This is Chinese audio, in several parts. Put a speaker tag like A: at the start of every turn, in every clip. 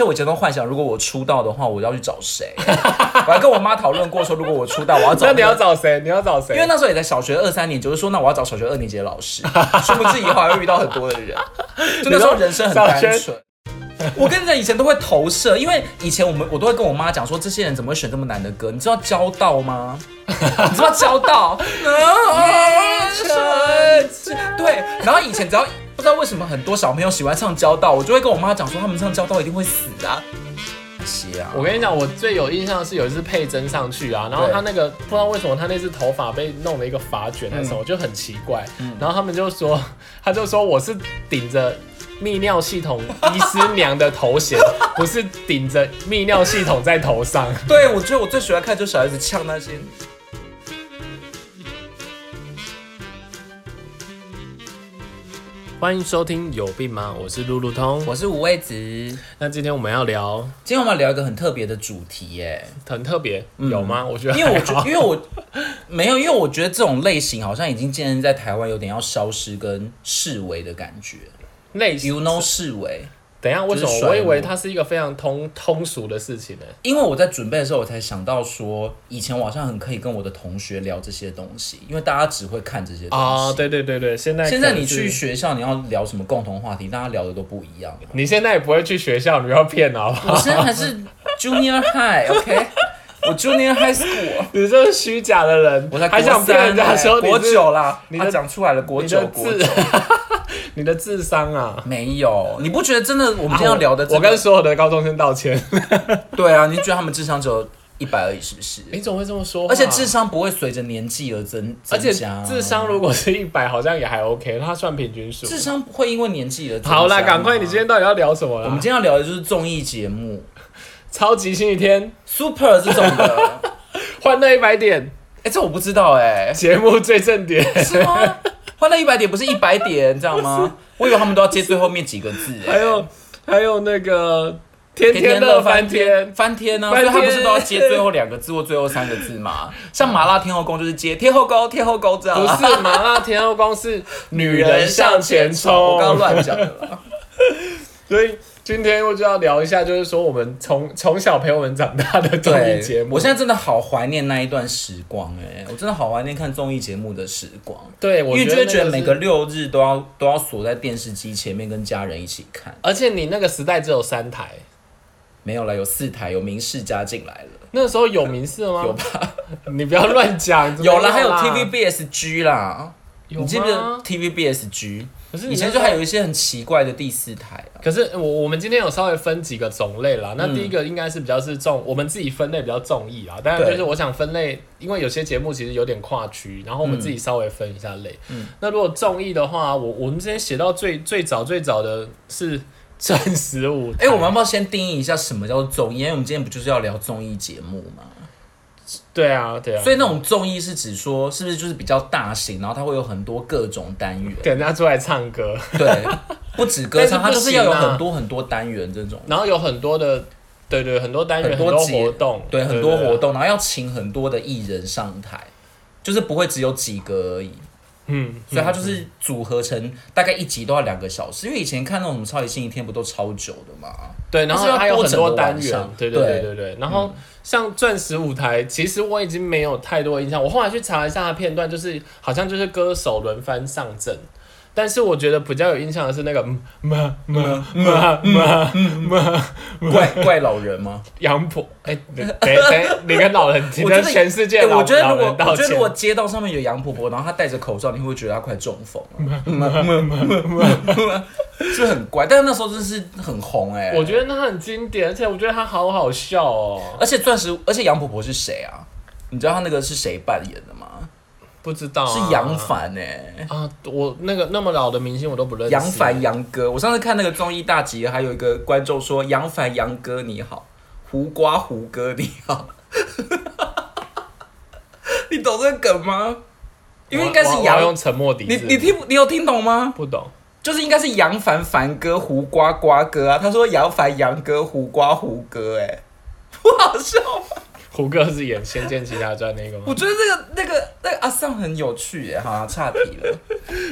A: 在我心中幻想，如果我出道的话，我要去找谁？ 我还跟我妈讨论过，说如果我出道，我要找
B: 那你要找谁？你要找谁？
A: 因为那时候也在小学二三年级，我就说那我要找小学二年级的老 师，殊不知以后还会遇到很多 的人。就那时候人生很单
B: 小
A: 纯。我跟你讲，以前都会投射，因为以前我们我都会跟我妈讲说，这些人怎么会选这么难的歌？你知道交道 吗？你知道交道？对，然后以前只要不知道为什么很多小朋友喜欢唱交道，我就会跟我妈讲说，他们唱交道一定会死啊。是啊，
B: 我跟你讲，我最有印象的是有一次佩珍上去啊，然后
A: 对
B: 她那个不知道为什么她那次头发被弄了一个发卷还是什么，就很奇怪。然后他们就说， 他就说我是顶着泌尿系统医师娘的头 衔，不是顶着泌尿系统在头上。
A: 对我觉得我最喜欢看就是小孩子呛那些。
B: 欢迎收听有病吗？我是路路通。
A: 我是五味子。
B: 那今天我们要聊
A: 今天我们要聊一个很特别的主题 耶，
B: 很特别，有吗？嗯我觉得
A: 因为我觉
B: 还好，
A: 因为我没有，因为我觉得这种类型好像已经渐渐在台湾有点要消失跟示威的感觉。
B: 类
A: You know 示威，
B: 等一下为什
A: 就是
B: 么？
A: 甩
B: 我以为
A: 毛
B: 它是一个非常通通俗的事情呢、
A: 因为我在准备的时候，我才想到说，以前我好像很可以跟我的同学聊这些东西，因为大家只会看这些东西。
B: 啊，对对对对，现在
A: 现在
B: 可能
A: 你去
B: 是
A: 学校，你要聊什么共同话题，大家聊的都不一样。
B: 你现在也不会去学校，你不要骗好不好？
A: 我现在还是 Junior High，OK，、我 Junior High School。
B: 你这是虚假的人，
A: 我才
B: 还
A: 国
B: 想
A: 三、
B: 骗人家说
A: 欸，
B: 你
A: 国
B: 是
A: 九啦，
B: 你
A: 你
B: 的
A: 讲出来了，国
B: 你
A: 九
B: 的
A: 国
B: 智
A: 九
B: 你的智商啊！
A: 没有，你不觉得真的我们今天要聊的、这个
B: 我跟所有的高中生道歉。
A: 对啊，你觉得他们智商只有一百而已，是不是？
B: 你怎么会这么说话？
A: 而且智商不会随着年纪而增
B: 而
A: 增
B: 且
A: 加，
B: 智商如果是一百，好像也还 OK，它算平均数。
A: 智商不会因为年纪而增加吗
B: 好啦，赶快，你今天到底要聊什么啦？
A: 我们今天要聊的就是综艺节目
B: 超级星期天
A: Super 这种的，
B: 欢乐一百点
A: 哎、这我不知道哎、
B: 节目最正点，
A: 是 吗？欢乐一百点不是一百点，你知道吗？我以为他们都要接最后面几个字、哎
B: 还有还有那个天天乐翻天，
A: 翻天呢、啊，
B: 翻
A: 所以
B: 天
A: 他不是都要接最后两个字或最后三个字吗？像麻辣天后宫就是接天后宫、天后宫这样、
B: 不
A: 啊。
B: 是麻辣天后宫是女人向前冲。
A: 我刚刚乱讲的了。
B: 所以今天我就要聊一下，就是说我们从从小陪我们长大的综艺节目。
A: 我现在真的好怀念那一段时光哎、我真的好怀念看综艺节目的时光，
B: 对，
A: 因
B: 我
A: 为就会觉得
B: 那是
A: 每个，六日都要都要锁在电视机前面跟家人一起看。
B: 而且你那个时代只有三台，
A: 没有了，有四台，有明视加进来了，
B: 那时候有民视吗？有吧？ 你不要乱讲。怎么
A: 有了，
B: 啦，
A: 还有 TVBSG 啦。
B: 有
A: 你记不记得
B: 吗
A: TVBSG？
B: 可是
A: 以前就还有一些很奇怪的第四台啊。
B: 可是我我们今天有稍微分几个种类
A: 嗯
B: 啦，那第一个应该是比较是重，我们自己分类比较重义啊。当然就是
A: 对
B: 我想分类，因为有些节目其实有点跨区，然后我们自己稍微分一下类。
A: 嗯
B: 那如果重义的话，我我们之前写到最最早最早的是钻石 舞台，
A: 哎、我们要不要先定义一下什么叫做综艺？因为我们今天不就是要聊综艺节目嘛，
B: 对啊对啊，
A: 所以那种综艺是指说是不是就是比较大型，然后它会有很多各种单元，
B: 给人家出来唱歌，
A: 对，不止歌唱，它
B: 但是不
A: 就是要有
B: 行啊
A: 很多很多单元这种，
B: 然后有很多的，对对，很多单元，
A: 很
B: 很
A: 多
B: 多
A: 节
B: 活动，
A: 对，很多活
B: 对。
A: 动，然后要请很多的艺人上台，就是不会只有几个而已，
B: 嗯，
A: 所以它就是组合成大概一集都要两个小时，因为以前看那种什么超级星期天不都超久的嘛，
B: 对，然
A: 就是
B: 后
A: 要
B: 还有
A: 多
B: 很
A: 整个
B: 多单
A: 晚
B: 元
A: 上，
B: 对对对
A: 对
B: 对对。然后像钻石舞台，其实我已经没有太多印象。我后来去查一下它片段，就是好像就是歌手轮番上阵。但是我觉得比较有印象的是那个嗯嘛嘛嘛嘛嘛
A: 怪怪老人吗？
B: 杨婆，哎，等等等，你跟老人，你
A: 我觉
B: 跟
A: 得
B: 全世界
A: 欸
B: 老
A: 我觉得
B: 老
A: 如果
B: 人道
A: 我觉得
B: 歉
A: 如。果街道上面有杨婆婆，然后她戴着口罩，你会不会觉得她快中风了？
B: 嗯
A: 是嗯很乖，但是那时候真是很红哎、
B: 我觉得那很经典，而且我觉得它好好笑哦。
A: 而且钻石，而且杨婆婆是谁啊？你知道她那个是谁扮演的吗？
B: 不知道啊
A: 是杨凡哎、
B: 啊，我那个那么老的明星我都不认识。
A: 杨凡杨哥，我上次看那个综艺大集，还有一个观众说杨凡杨哥你好，胡瓜胡哥你 好，你懂这个梗吗？因为应该
B: 我
A: 是
B: 我我要
A: 杨
B: 用沉默抵
A: 你
B: 制。
A: 你听不你有听懂吗？
B: 不懂？
A: 就是应该是杨凡凡哥胡瓜瓜哥啊，他说杨凡杨哥胡瓜胡哥、哎， 不好笑吗？
B: 胡歌是演《仙剑奇侠传》那个
A: 我
B: 吗？
A: 啊觉得这个那个那个阿尚很有趣耶、好像岔题了。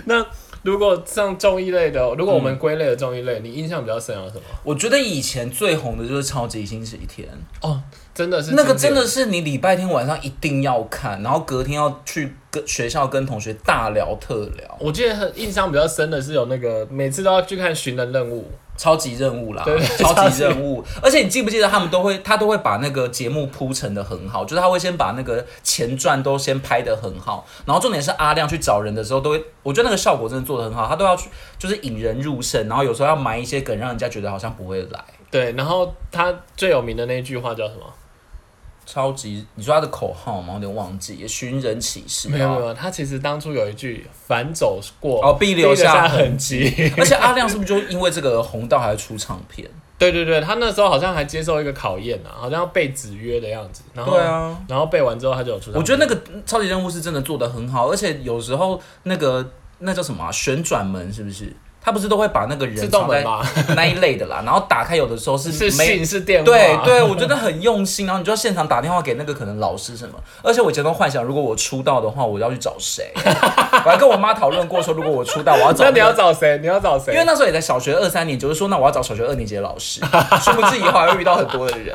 B: 那如果像综艺类的，如果我们归类的综艺类，你印象比较深有什么？
A: 我觉得以前最红的就是《超级星期天》，
B: 哦，真的是
A: 那个
B: 经
A: 真
B: 典
A: 的是你礼拜天晚上一定要看，然后隔天要去跟学校跟同学大聊特聊，
B: 我记得很印象比较深的是有那个每次都要去看寻人任务，
A: 超级任务啦
B: 对，
A: 超级任务。而且你记不记得他们都会，他都会把那个节目铺陈的很好，就是他会先把那个前传都先拍的很好，然后重点是阿亮去找人的时候都会，我觉得那个效果真的做的很好，他都要去就是引人入胜，然后有时候要埋一些梗，让人家觉得好像不会来。
B: 对，然后他最有名的那句话叫什么？
A: 超级，你说他的口号吗？我有点忘记，寻人启事。啊
B: 没有没有，他其实当初有一句“反走过，
A: 哦必留下
B: 下
A: 痕
B: 迹。
A: 而且阿亮是不是就因为这个红到还出唱片？”
B: 对对对，他那时候好像还接受一个考验啊，好像要背子约的样子。然后
A: 对啊，
B: 然后背完之后他就有出场。
A: 我觉得那个超级任务是真的做的很好，而且有时候那个那叫什么啊、旋转门是不是？他不是都会把那个人
B: 自动门
A: 藏
B: 吧，
A: 在那一类的啦，然后打开有的时候是
B: 是
A: 没。
B: 信是电话，
A: 对对，我觉得很用心，然后你就要现场打电话给那个可能老师什么，而且我以前都幻想，如果我出道的话，我要去找谁？ 我还跟我妈讨论过说，如果我出道，我要找
B: 那你
A: 那
B: 要
A: 个
B: 找谁？你要找谁？
A: 因为那时候也在小学二三年级，就是说那我要找小学二年级的老师，殊不知以后还会遇到很多的人。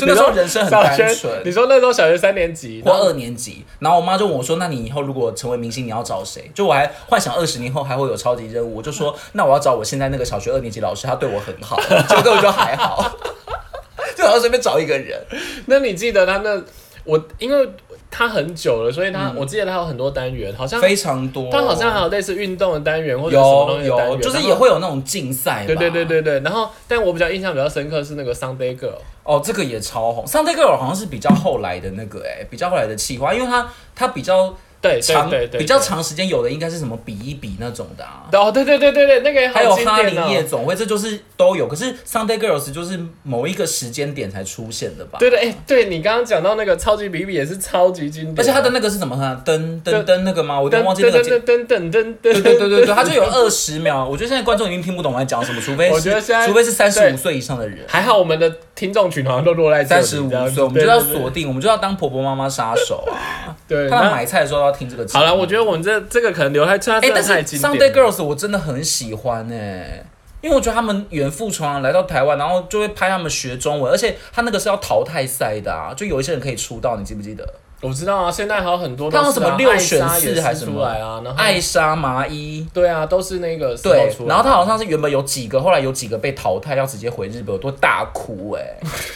A: 就那时候人生很单
B: 小学你
A: 纯，
B: 说那时候小学三年级，
A: 或
B: 然后
A: 二年级，然后我妈就问我说：“那你以后如果成为明星，你要找谁？”就我还幻想二十年后还会有超级任务，我就说：“那我要找我现在那个小学二年级老师，他对我很 好。”结果根本就还好， 就好像随便找一个人。
B: 那你记得他那我因为他很久了，所以他、我记得他有很多单元，好像
A: 嗯非常多。
B: 他好像还有类似运动的单元或者什么
A: 有
B: 东西的单
A: 有，
B: 元，
A: 就是
B: 然后
A: 也会有那种竞赛吧。
B: 对对对对对，然后但我比较印象比较深刻是那个 Sunday Girl，
A: 哦，这个也超红。Sunday Girl 好像是比较后来的那个、哎，比较后来的企划，因为它它比较
B: 对对
A: 长
B: 对对，
A: 比较长时间有的应该是什么比一比那种的啊，
B: 对。哦，对对对对对，那个也
A: 还有
B: 好经
A: 哈
B: 典
A: 林夜
B: 哦。
A: 总会，这就是都有。可是 Sunday Girls 就是某一个时间点才出现的吧？
B: 对对，哎，对你刚刚讲到那个超级比比也是超级经典，
A: 而且他的那个是怎么哼啊？噔噔噔那个吗？我有点忘记那
B: 噔
A: 个
B: 噔
A: 节。
B: 噔噔噔噔噔，
A: 对对对对对，他就有二十秒。我觉得现在观众已经听不懂我在讲什么，除非
B: 我觉得
A: 是
B: 现在
A: 除非是三十
B: 对
A: 五岁以上的人。
B: 还好我们的听众群好像都落在这
A: 三
B: 里
A: 十五
B: 这样子
A: 岁，我们就要锁
B: 对
A: 定，我们就要当婆婆妈妈杀手啊！
B: 对对对对
A: 他们
B: 那
A: 买菜的时候要听这个节目。
B: 好了，我觉得我们这这个可能留太，它
A: 哎、
B: 真的
A: 但
B: 太
A: 是
B: 经
A: Sunday
B: 典了。
A: Girls 我真的很喜欢哎、因为我觉得他们远赴重啊洋来到台湾，然后就会拍他们学中文，而且他那个是要淘汰赛的啊，就有一些人可以出道，你记不记得？
B: 我知道啊，现在还有很多都
A: 他
B: 是、啊、
A: 们什么六选
B: 艾莎也
A: 四
B: 是
A: 还是什
B: 出
A: 么
B: 来啊，然后
A: 艾莎麻衣。
B: 对啊，都是那个时候
A: 对
B: 出，来
A: 然后他好像是原本有几个，后来有几个被淘汰，要直接回日本，我都大哭哎、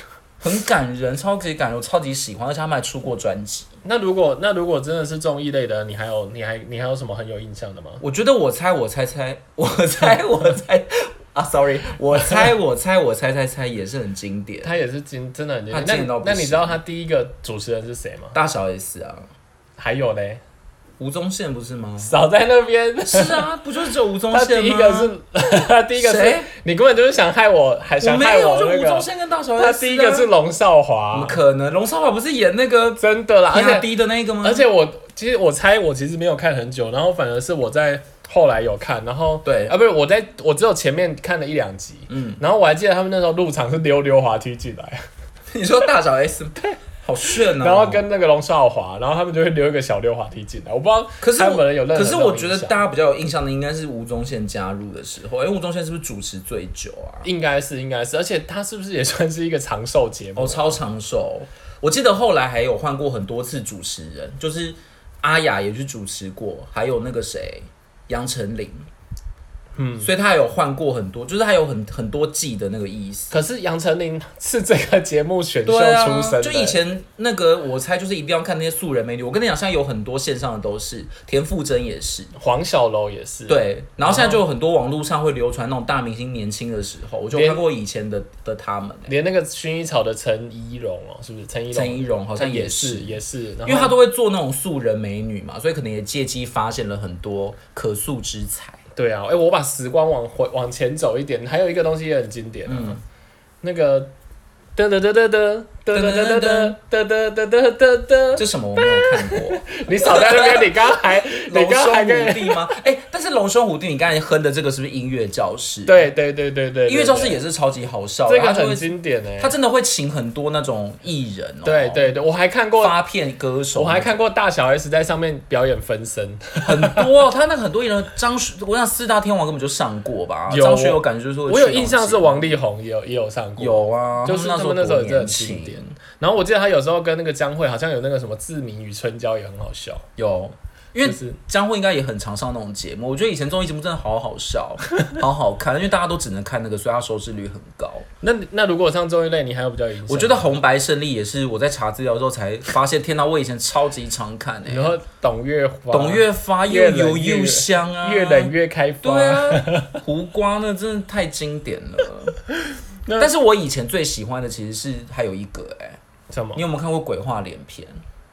A: 很感人，超级感人，我超级喜欢，而且他们还出过专辑。
B: 那如果那如果真的是综艺类的，你还有你还你还有什么很有印象的吗？
A: 我觉得我猜我猜猜 我猜我猜啊，sorry，我猜我猜我猜猜猜也是很经典。
B: 他也是经真的很经
A: 他
B: 典。
A: 经典
B: 那
A: 到
B: 你
A: 不
B: 那
A: 行
B: 你知道他第一个主持人是谁吗？
A: 大小 S 啊，
B: 还有嘞，
A: 吴宗宪不是吗？
B: 少在那边。
A: 是啊，不就是只有吴宗
B: 他
A: 宪吗？
B: 第一个是， 他第一个是
A: 谁，
B: 你根本就是想害我，还
A: 我
B: 想
A: 没
B: 害
A: 有，就
B: 那
A: 吴宗
B: 个。
A: 宪跟大小 S 啊。
B: 他第一个是龙少华
A: 怎么，可能？龙少华不是演那个
B: 真的啦，
A: 而
B: 而且
A: 且低的那啊个吗？
B: 而且我其实我猜我其实没有看很久，然后反而是我在后来有看，然后
A: 对
B: 啊不是我在我只有前面看了一两集，嗯
A: 嗯，
B: 然后我还记得他们那时候入场是溜溜滑梯进来，
A: 你说大小 S 对，好炫啊！
B: 然后跟那个龙少华，然后他们就会溜一个小溜滑梯进来，我不知道
A: 可是
B: 他
A: 我
B: 们有任
A: 可
B: 何
A: 是我
B: 那种
A: 觉得
B: 影响
A: 大家比较有印象的应该是吴宗宪加入的时候，因为吴宗宪是不是主持最久啊？
B: 应该是应该是，而且他是不是也算是一个长寿节目？
A: 哦，超长寿。我记得后来还有换过很多次主持人，就是阿雅也去主持过，还有那个谁杨丞琳，
B: 嗯
A: 嗯，所以他有换过很多，就是他有很很多季的那个意思。
B: 可是杨丞琳是这个节目选秀出
A: 对啊
B: 身的，，
A: 就以前那个，我猜就是一定要看那些素人美女。我跟你讲，现在有很多线上的都是，田馥甄也是，
B: 黄小柔也是，
A: 对。哦然后现在就有很多网络上会流传那种大明星年轻的时候，我就有
B: 连
A: 看过以前的的他们、欸
B: 连那个薰衣草的陈怡蓉哦，是不是陈怡蓉？
A: 陈怡蓉好像
B: 也
A: 也是
B: 也是，因
A: 因为他都会做那种素人美女嘛，所以可能也借机发现了很多可塑之才。
B: 对啊，哎、我把时光往回往
A: 嗯
B: 前走一点，还有一个东西也很经典、啊，那个噔噔噔噔噔噔噔噔噔噔噔噔噔噔
A: 这
B: 噔，
A: 什么我没有看过？
B: 你少在那边，你刚刚还，你
A: 龙
B: 刚刚
A: 兄
B: 还跟
A: 虎
B: 人，
A: 弟吗？哎、但是龙兄虎弟，你刚才哼的这个是不是音乐教室？，
B: 对对对对对，
A: 音乐教室
B: 对
A: 也是超级好笑，
B: 这个
A: 然后他就
B: 很
A: 会
B: 经典哎
A: 他，真的会请很多那种艺人哦，
B: 对对对，我还看过，
A: 发片歌手，
B: 我还看过大小 S 在上面表演分身，
A: 很多，哦他那个很多艺人，张学，我想四大天王根本就上过吧，
B: 有
A: 张学友感觉就是会
B: 我有
A: 去那
B: 印
A: 种
B: 象
A: 节
B: 是
A: 目
B: 王力宏也有也有上过，
A: 有啊，
B: 就是
A: 他
B: 他
A: 们
B: 们那时候
A: 多
B: 也是
A: 年
B: 很经典
A: 轻，。
B: 然后我记得他有时候跟那个江蕙好像有那个什么《志明与春娇》也很好笑，
A: 有。因为
B: 就是
A: 江蕙应该也很常上那种节目，我觉得以前综艺节目真的好好 笑，好好看，因为大家都只能看那个，所以它收视率很高。
B: 那那如果上综艺类，你还有比较有印象？
A: 我觉得红白胜利也是我在查资料之后才发现，天哪，我以前超级常看诶、
B: 你说董月花、
A: 董越发又
B: 越冷
A: 油
B: 越
A: 又香啊，
B: 越冷越开花，
A: 对啊，胡瓜那真的太经典了。
B: 那
A: 但是我以前最喜欢的其实是还有一个哎、
B: 什么
A: 你？有没有看过鬼话连篇？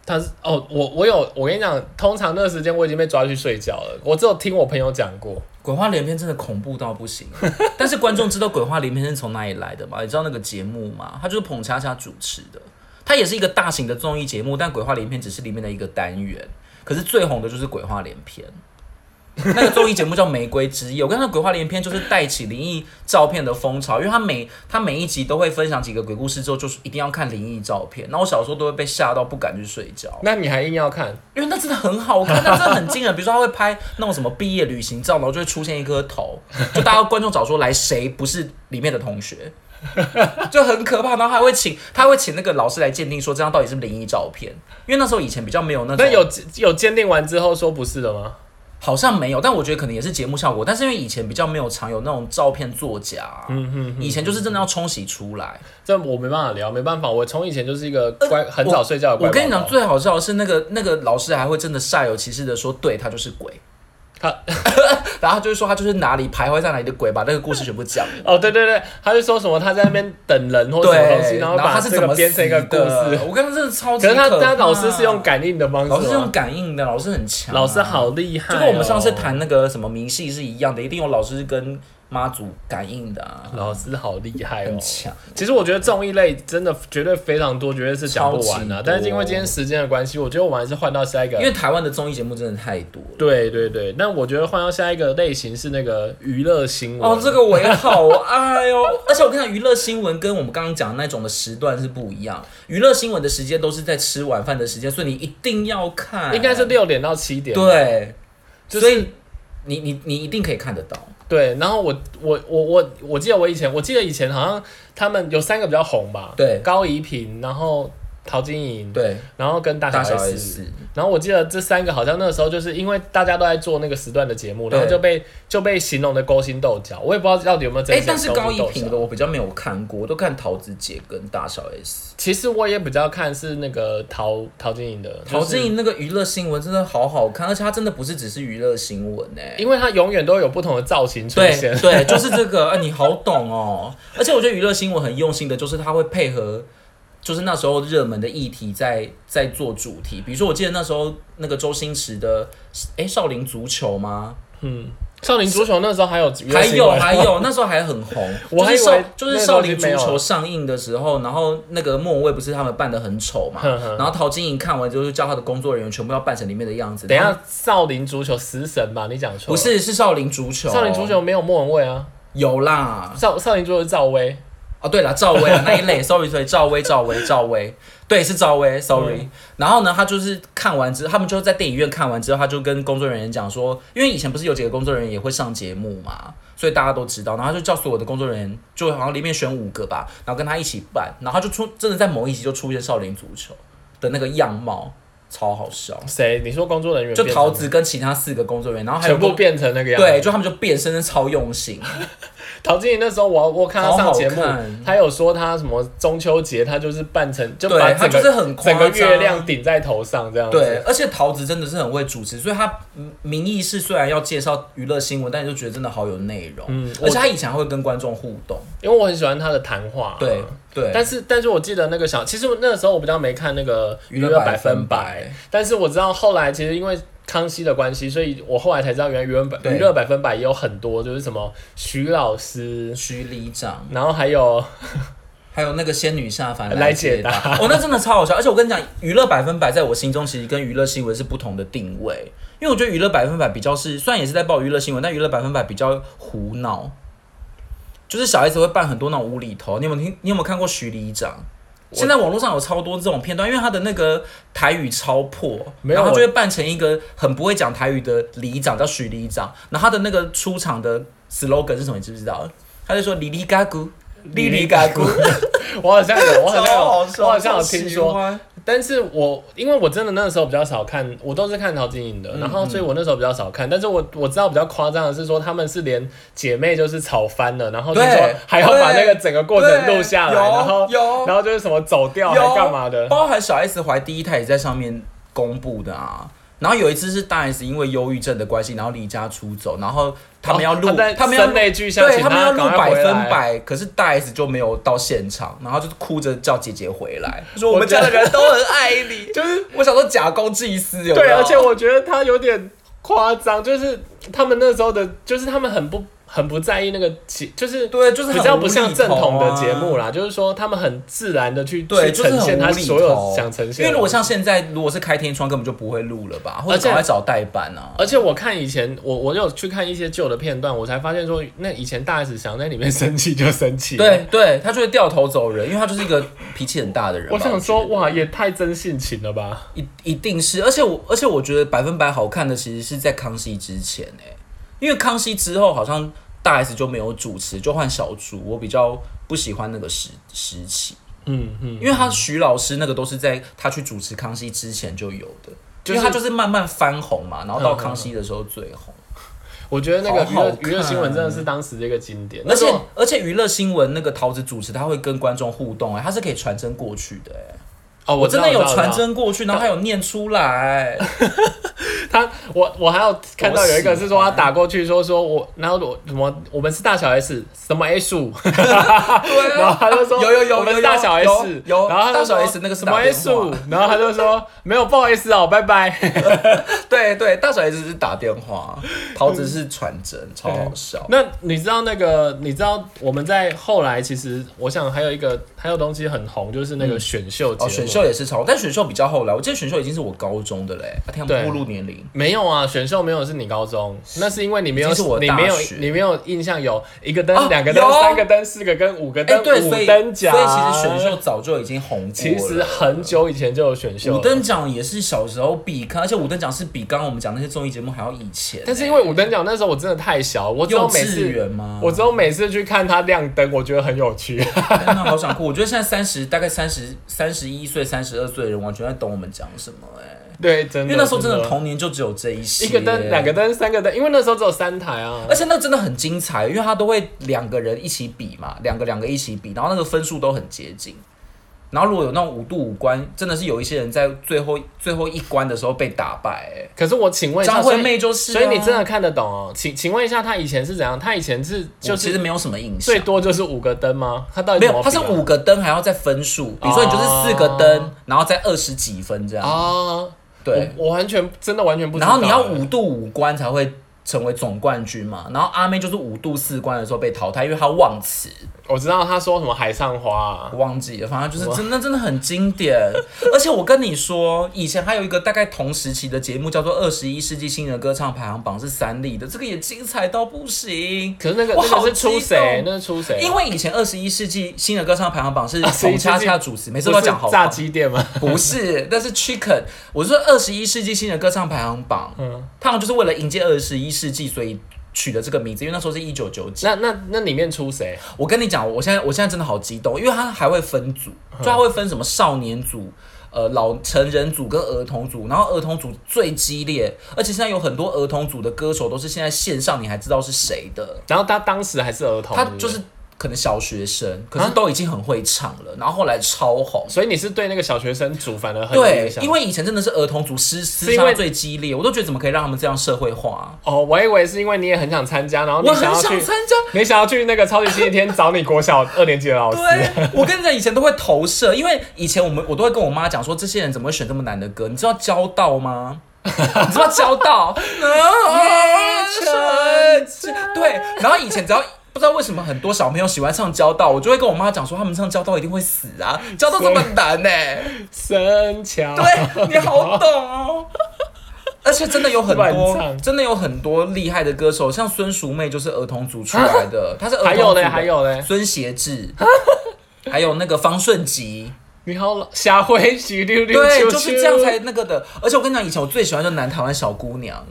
B: 他是哦，我我有，我跟你讲，通常那个时间我已经被抓去睡觉了，我只有听我朋友讲过，
A: 鬼话连篇真的恐怖到不行， 但是观众知道鬼话连篇是从哪里来的吗？你知道那个节目吗？它就是彭恰恰主持的，它也是一个大型的综艺节目，但鬼话连篇只是里面的一个单元。可是最红的就是鬼话连篇，那个综艺节目叫《玫瑰之夜》。我看到鬼话连篇就是带起灵异照片的风潮，因为它每它每一集都会分享几个鬼故事之后，就是一定要看灵异照片。然后我小时候都会被吓到不敢去睡觉。
B: 那你还硬要看？
A: 因为那真的很好看，那真的很惊人。比如说他会拍那种什么毕业旅行照，然后就会出现一颗头，就大家观众找说来谁不是里面的同学， 就很可怕。然后还会请他会请那个老师来鉴定说这张到底是不是灵异照片，因为那时候以前比较没有那种，
B: 那有有鉴定完之后说不是的吗？
A: 好像没有，但我觉得可能也是节目效果。但是因为以前比较没有常有那种照片作假，嗯嗯，以前就是真的要冲洗出来。
B: 这我没办法聊，没办法，我从以前就是一个乖，很早睡觉的乖
A: 呃我跟你
B: 宝
A: 讲，
B: 宝
A: 最好笑的是那个那个老师还会真的煞有其事的说，对他就是鬼。
B: 他
A: 然后他就是说他就是哪里徘徊在哪里的鬼，把那个故事全部讲。
B: 哦，对对对，他就说什么他在那边等人或什么东西，
A: 对，然
B: 后把
A: 他是
B: 这
A: 怎
B: 个
A: 么
B: 编成一个
A: 死
B: 故
A: 的
B: 事。
A: 我刚刚真的超级
B: 可是他
A: 怕
B: 他老师是用感应的方式吗，
A: 老师是用感应的，老师很强啊、
B: 老师好厉害、哦
A: 就跟我们上次，谈那个什么迷信是一样的，一定有老师跟妈祖感应的啊，
B: 老师好厉害哦
A: 很。强。
B: 其实我觉得综艺类真的绝对非常多，绝对是讲不完
A: 超级多
B: 啊。但是因为今天时间的关系，我觉得我们还是换到下一个
A: 因。为台湾的综艺节目真的太多了。
B: 对对对，那我觉得换到下一个类型是那个娱乐新闻。
A: 哦，这个我也好爱哦！而且我跟你讲，娱乐新闻跟我们刚刚讲的那种的时段是不一样。娱乐新闻的时间都是在吃晚饭的时间，所以你一定要看，
B: 应该是六点到七点。
A: 对，
B: 就是
A: 所以你你你一定可以看得到。
B: 对，然后我我我我我记得我以前我记得以前好像他们有三个比较红吧，
A: 对
B: 高怡平，然后陶晶莹，
A: 对，
B: 然后跟大小
A: 大
B: S，,
A: 小 S
B: 然后我记得这三个好像那个时候就是因为大家都在做那个时段的节目，
A: 对
B: 然后就被就被形容的勾心斗角，我也不知道到底有没有真
A: 哎、
B: 正
A: 但是高一
B: 斗
A: 平
B: 角
A: 的。我比较没有看过，我都看桃子姐跟大小 S。
B: 其实我也比较看是那个陶陶晶莹的，
A: 陶晶
B: 莹，
A: 莹那个娱乐新闻真的好好看，而且它真的不是只是娱乐新闻哎、
B: 因为她永远都有不同的造型出
A: 对，
B: 现
A: 对，就是这个。啊，你好懂哦。而且我觉得娱乐新闻很用心的，就是它会配合，就是那时候热门的议题在在做主题。比如说，我记得那时候那个周星驰的，哎、少林足球吗？
B: 少林足球那时候还有娱乐
A: 还
B: 新
A: 有
B: 闻
A: 还有，那时候还很红。
B: 我还
A: 就是
B: 以为
A: 少就是
B: 那时
A: 少
B: 候
A: 林
B: 就
A: 足
B: 没有
A: 球
B: 了
A: 上映的时候，然后那个莫文蔚不是他们扮的很丑嘛？
B: 哼哼
A: 然后陶晶莹看完就是叫她的工作人员全部要扮成里面的样子。
B: 等一
A: 然后
B: 下少林足球食神吧，你讲错
A: 不
B: 了，
A: 是是少林足球，
B: 少林足球没有莫文蔚啊，
A: 有啦，
B: 少少林足球是赵薇，
A: 哦，对了，赵薇啊那一类，sorry sorry，赵薇赵薇赵薇，对，是赵薇，sorry、然
B: 嗯
A: 后呢，他就是看完之后，他们就在电影院看完之后，他就跟工作人员讲说，因为以前不是有几个工作人员也会上节目嘛，所以大家都知道，然后他就叫所有的工作人员，就好像里面选五个吧，然后跟他一起办，然后他就出真的在某一集就出现少林足球的那个样貌，超好笑，
B: 谁？你说工作人员
A: 就
B: 变成
A: 桃子跟其他四个工作人员，然后还有
B: 全部变成那个样子。
A: 对，就他们就变身，真的超用心。
B: 陶晶莹那时候我我看她上节目
A: 好好看，
B: 她有说她什么中秋节，她就是扮成就
A: 对
B: 把
A: 她
B: 整个
A: 就是很夸
B: 整
A: 张
B: 个月亮顶在头上这样子。
A: 对，而且桃子真的是很会主持，所以她嗯名义是虽然要介绍娱乐新闻，但你就觉得真的好有内容。
B: 嗯
A: 而且她以前还会跟观众互动。
B: 因为我很喜欢她的谈话。
A: 对对，
B: 但是但是我记得那个小，其实我那个时候我比较没看那个
A: 娱乐百
B: 百
A: 分
B: 分
A: 百
B: 百，但是我知道后来其实因为。康熙的关系，所以我后来才知道，原来娱乐百
A: 对
B: 娱乐百分百也有很多，就是什么徐老师，
A: 徐里长，
B: 然后还有
A: 还有那个仙女下凡
B: 来
A: 解
B: 解答
A: 哦，那真的超好笑。而且我跟你讲，娱乐百分百在我心中其实跟娱乐新闻是不同的定位，因为我觉得娱乐百分百比较是，虽然也是在报娱乐新闻，但娱乐百分百比较胡闹，就是小孩子会办很多那种无厘头。你有没有听？你有没有看过徐里长？
B: 我
A: 现在网络上有超多这种片段，因为他的那个台语超破，
B: 没有
A: 然后他
B: 我
A: 就会扮成一个很不会讲台语的里长，叫徐里长。然后他的那个出场的 slogan 是什么？你知不知道？他就说“里里嘎咕，里里嘎咕”，
B: 我好像有，我好像有，
A: 笑
B: 哦我好像有听
A: 超喜
B: 说，
A: 欢
B: 但是我因为我真的那时候比较少看，我都是看陶晶莹
A: 嗯
B: 的，然后所以我那时候比较少看，但是我我知道比较夸张的是说他们是连姐妹就是吵翻了，然后就
A: 对
B: 说还要把那个整个过程
A: 对
B: 录下来，
A: 有
B: 然后
A: 有啊
B: 然后就是什么走掉哦还干嘛的，
A: 包含小 S 怀第一胎也在上面公布的啊。然后有一次是大 S 因为忧郁症的关系，然后离家出走，然后他们要录，
B: 哦他在
A: 他们要录
B: 声泪俱下
A: 对
B: 请
A: 他们
B: 大
A: 要
B: 家
A: 录
B: 赶快
A: 百
B: 回来
A: 分百，可是大 S 就没有到现场，然后就是哭着叫姐姐回来，说我
B: 我
A: 们
B: 觉
A: 家
B: 得
A: 的人都很爱 你。
B: 就是
A: 我想说假公济私，有没有
B: 对，而且我觉得他有点夸张，就是他们那时候的，就是他们很不很不在意那个节，就是
A: 对就是很
B: 比较
A: 无
B: 不
A: 厘
B: 像正统
A: 头
B: 的
A: 啊
B: 节目啦，就是说他们很自然的去
A: 对，就
B: 去
A: 是
B: 呈
A: 很
B: 现他
A: 无厘
B: 所有
A: 头
B: 想呈现的。
A: 因为如果像现在，如果是开天窗，根本就不会录了吧，或
B: 而
A: 者
B: 且
A: 赶快找代班啊。
B: 而且我看以前，我我有去看一些旧的片段，我才发现说，那以前大 S 想在里面生气就生气。
A: 对，对，他就会掉头走人，因为他就是一个脾气很大的人吧。
B: 我想
A: 觉
B: 说，
A: 得
B: 哇，也太真性情了吧！
A: 一一定是，而且我而且我觉得百分百好看的其实是在康熙之前哎、因为康熙之后好像大 S 就没有主持，就换小猪，我比较不喜欢那个时时期，
B: 嗯嗯，
A: 因为他徐老师那个都是在他去主持康熙之前就有的，
B: 就是
A: 因为他就是慢慢翻红嘛，然后到
B: 嗯嗯
A: 康熙的时候最红。
B: 我觉得那个娱
A: 好好
B: 乐
A: 看
B: 娱乐新闻真的是当时这个经典，
A: 而
B: 那时
A: 且
B: 候
A: 而且娱乐新闻那个桃子主持，他会跟观众互动、哎，他是可以传真过去的、哎。
B: 哦，
A: 我
B: 知
A: 真
B: 道
A: 的有
B: 我知道
A: 传真过去，然后还有念出来，
B: 他，我我还有看到有一个是说他打过去说说我，然后我什么我们是大小 S 什么 S 五， 然后他就说
A: 啊有有有
B: 我们
A: 有
B: 是大小
A: 有
B: S，
A: 有
B: 然后他就说
A: 大小 S 那个是
B: 什么
A: 打电
B: S 五
A: 话，
B: 然后他就说没有不好意思哦，拜拜。
A: 对对，大小 S 是打电话，桃子是传真，超好笑。
B: 那你知道那个你知道我们在后来其实我想还有一个还有东西很红，就是那个选秀节目。
A: 哦，选秀也是超，但选秀比较后来，我记得选秀已经是我高中的嘞，啊天啊，
B: 对
A: 步入年龄。
B: 没有啊，选秀没有是你高中，那是因为你没有
A: 已经是我
B: 你
A: 大
B: 没有
A: 学
B: 你没有印象有一个灯、
A: 哦
B: 两个灯、
A: 有
B: 三个灯、四个灯、五个
A: 哎、
B: 灯、
A: 对，
B: 五
A: 所以
B: 灯奖。
A: 所以其实选秀早就已经红过
B: 其
A: 了。
B: 实很久以前就有选秀
A: 五
B: 了，
A: 等奖也是小时候必看，而且五等奖是比刚刚我们讲那些综艺节目还要以前。
B: 但是因为五等奖那时候我真的太小，我只有
A: 幼
B: 每
A: 稚
B: 次
A: 园吗？
B: 我只有每次去看他亮灯，我觉得很有趣。
A: 天哪，好想哭！我觉得现在三十，大概三十三十一岁、三十二岁的人，完全在懂我们讲什么哎、
B: 对，真的，
A: 因为那时候真的童年就只有这一些，
B: 一个灯、两个，灯、三个灯，因为那时候只有三台啊
A: 而。且那真的很精彩，因为他都会两个人一起比嘛，两个两个一起比，然后那个分数都很接近。然后如果有那种五度五关，真的是有一些人在最后最后一关的时候被打败、欸。
B: 可是我请问一下，
A: 张
B: 所
A: 惠
B: 以
A: 妹就是、啊
B: 所以你真的，看得懂哦？请请问一下，他以前是怎样？他以前是
A: 就
B: 就
A: 哦其实
B: 是
A: 没有什么印象
B: 最。多就是五个灯吗？他到底
A: 没
B: 怎
A: 有，
B: 么
A: 它
B: 比
A: 是
B: 啊
A: 五个灯，还要再分数。比如说你就是四个灯，
B: 哦
A: 然后再二十几分这样。
B: 啊？
A: 对，
B: 我，我完全真的完全不知道。
A: 然后你要五度五关才会成为总冠军嘛。然后阿妹就是五度四关的时候被淘汰，因为她忘词，
B: 我知道他说什么海上花啊
A: 我忘记了，反正就是真的真的很经典。 而且我跟你说，以前还有一个大概同时期的节目叫做《二十一世纪新人歌唱排行榜》，是三立的，这个也精彩到不行。
B: 可是那个
A: 我
B: 那
A: 好
B: 个是出
A: 激
B: 谁
A: 动？
B: 那是出谁？啊
A: 因为以前《二十一世纪新人歌唱排行榜》是
B: 21
A: 冯恰
B: 世纪
A: 恰主持，每次
B: 不
A: 都
B: 是
A: 讲好棒
B: 炸鸡店吗？
A: 不是， 那是 Chicken。我说二十一世纪新人歌唱排行榜，
B: 嗯
A: 他们就是为了迎接二十一世纪，所以取的这个名字，因为那时候是一九九几。
B: 那那那里面出谁？
A: 我跟你讲，我现在我现在真的好激动，因为它还会分组，就它会分什么少年组。呃，老成人组跟儿童组，然后儿童组最激烈，而且现在有很多儿童组的歌手都是现在线上你还知道是谁的，
B: 然后他当时还是儿童，
A: 他
B: 不
A: 就是可能小学生，可是都已经很会唱了，然后后来超红，
B: 所以你是对那个小学生组反而很有
A: 对
B: 印，象。
A: 因为以前真的是儿童组厮厮
B: 是因
A: 杀
B: 为
A: 最激烈，我都觉得怎么可以让他们这样社会化、
B: 哦，我以为是因为你也很想参加，然后你
A: 我很
B: 要
A: 想
B: 去，
A: 参 加。
B: 你想要去那个超级星期天找你国小二年级的老师。
A: 对，我跟你讲，以前都会投射，因为以前我们我都会跟我妈讲说，这些人怎么会选这么难的歌？你知道交道 吗？你 知道交道？嗯
B: 夜沉
A: 对，然后以前只要不知道为什么很多小朋友喜欢唱交道，我就会跟我妈讲说，他们唱交道一定会死啊，交道这么难欸呢、
B: 生 巧，
A: 对，你好懂哦。而且真的有很
B: 乱
A: 多，
B: 唱
A: 真的有很多厉害的歌手，像孙淑妹就是儿童组出来 的，她是儿童
B: 还有
A: 组
B: 嘞，
A: 的
B: 还有嘞，
A: 孙协志，还有那个方顺 吉，
B: 你好，下回许溜溜，
A: 对，
B: 啾
A: 就是
B: 啾
A: 这样才那个的。而且我跟你讲，以前我最喜欢就是南台湾小姑娘，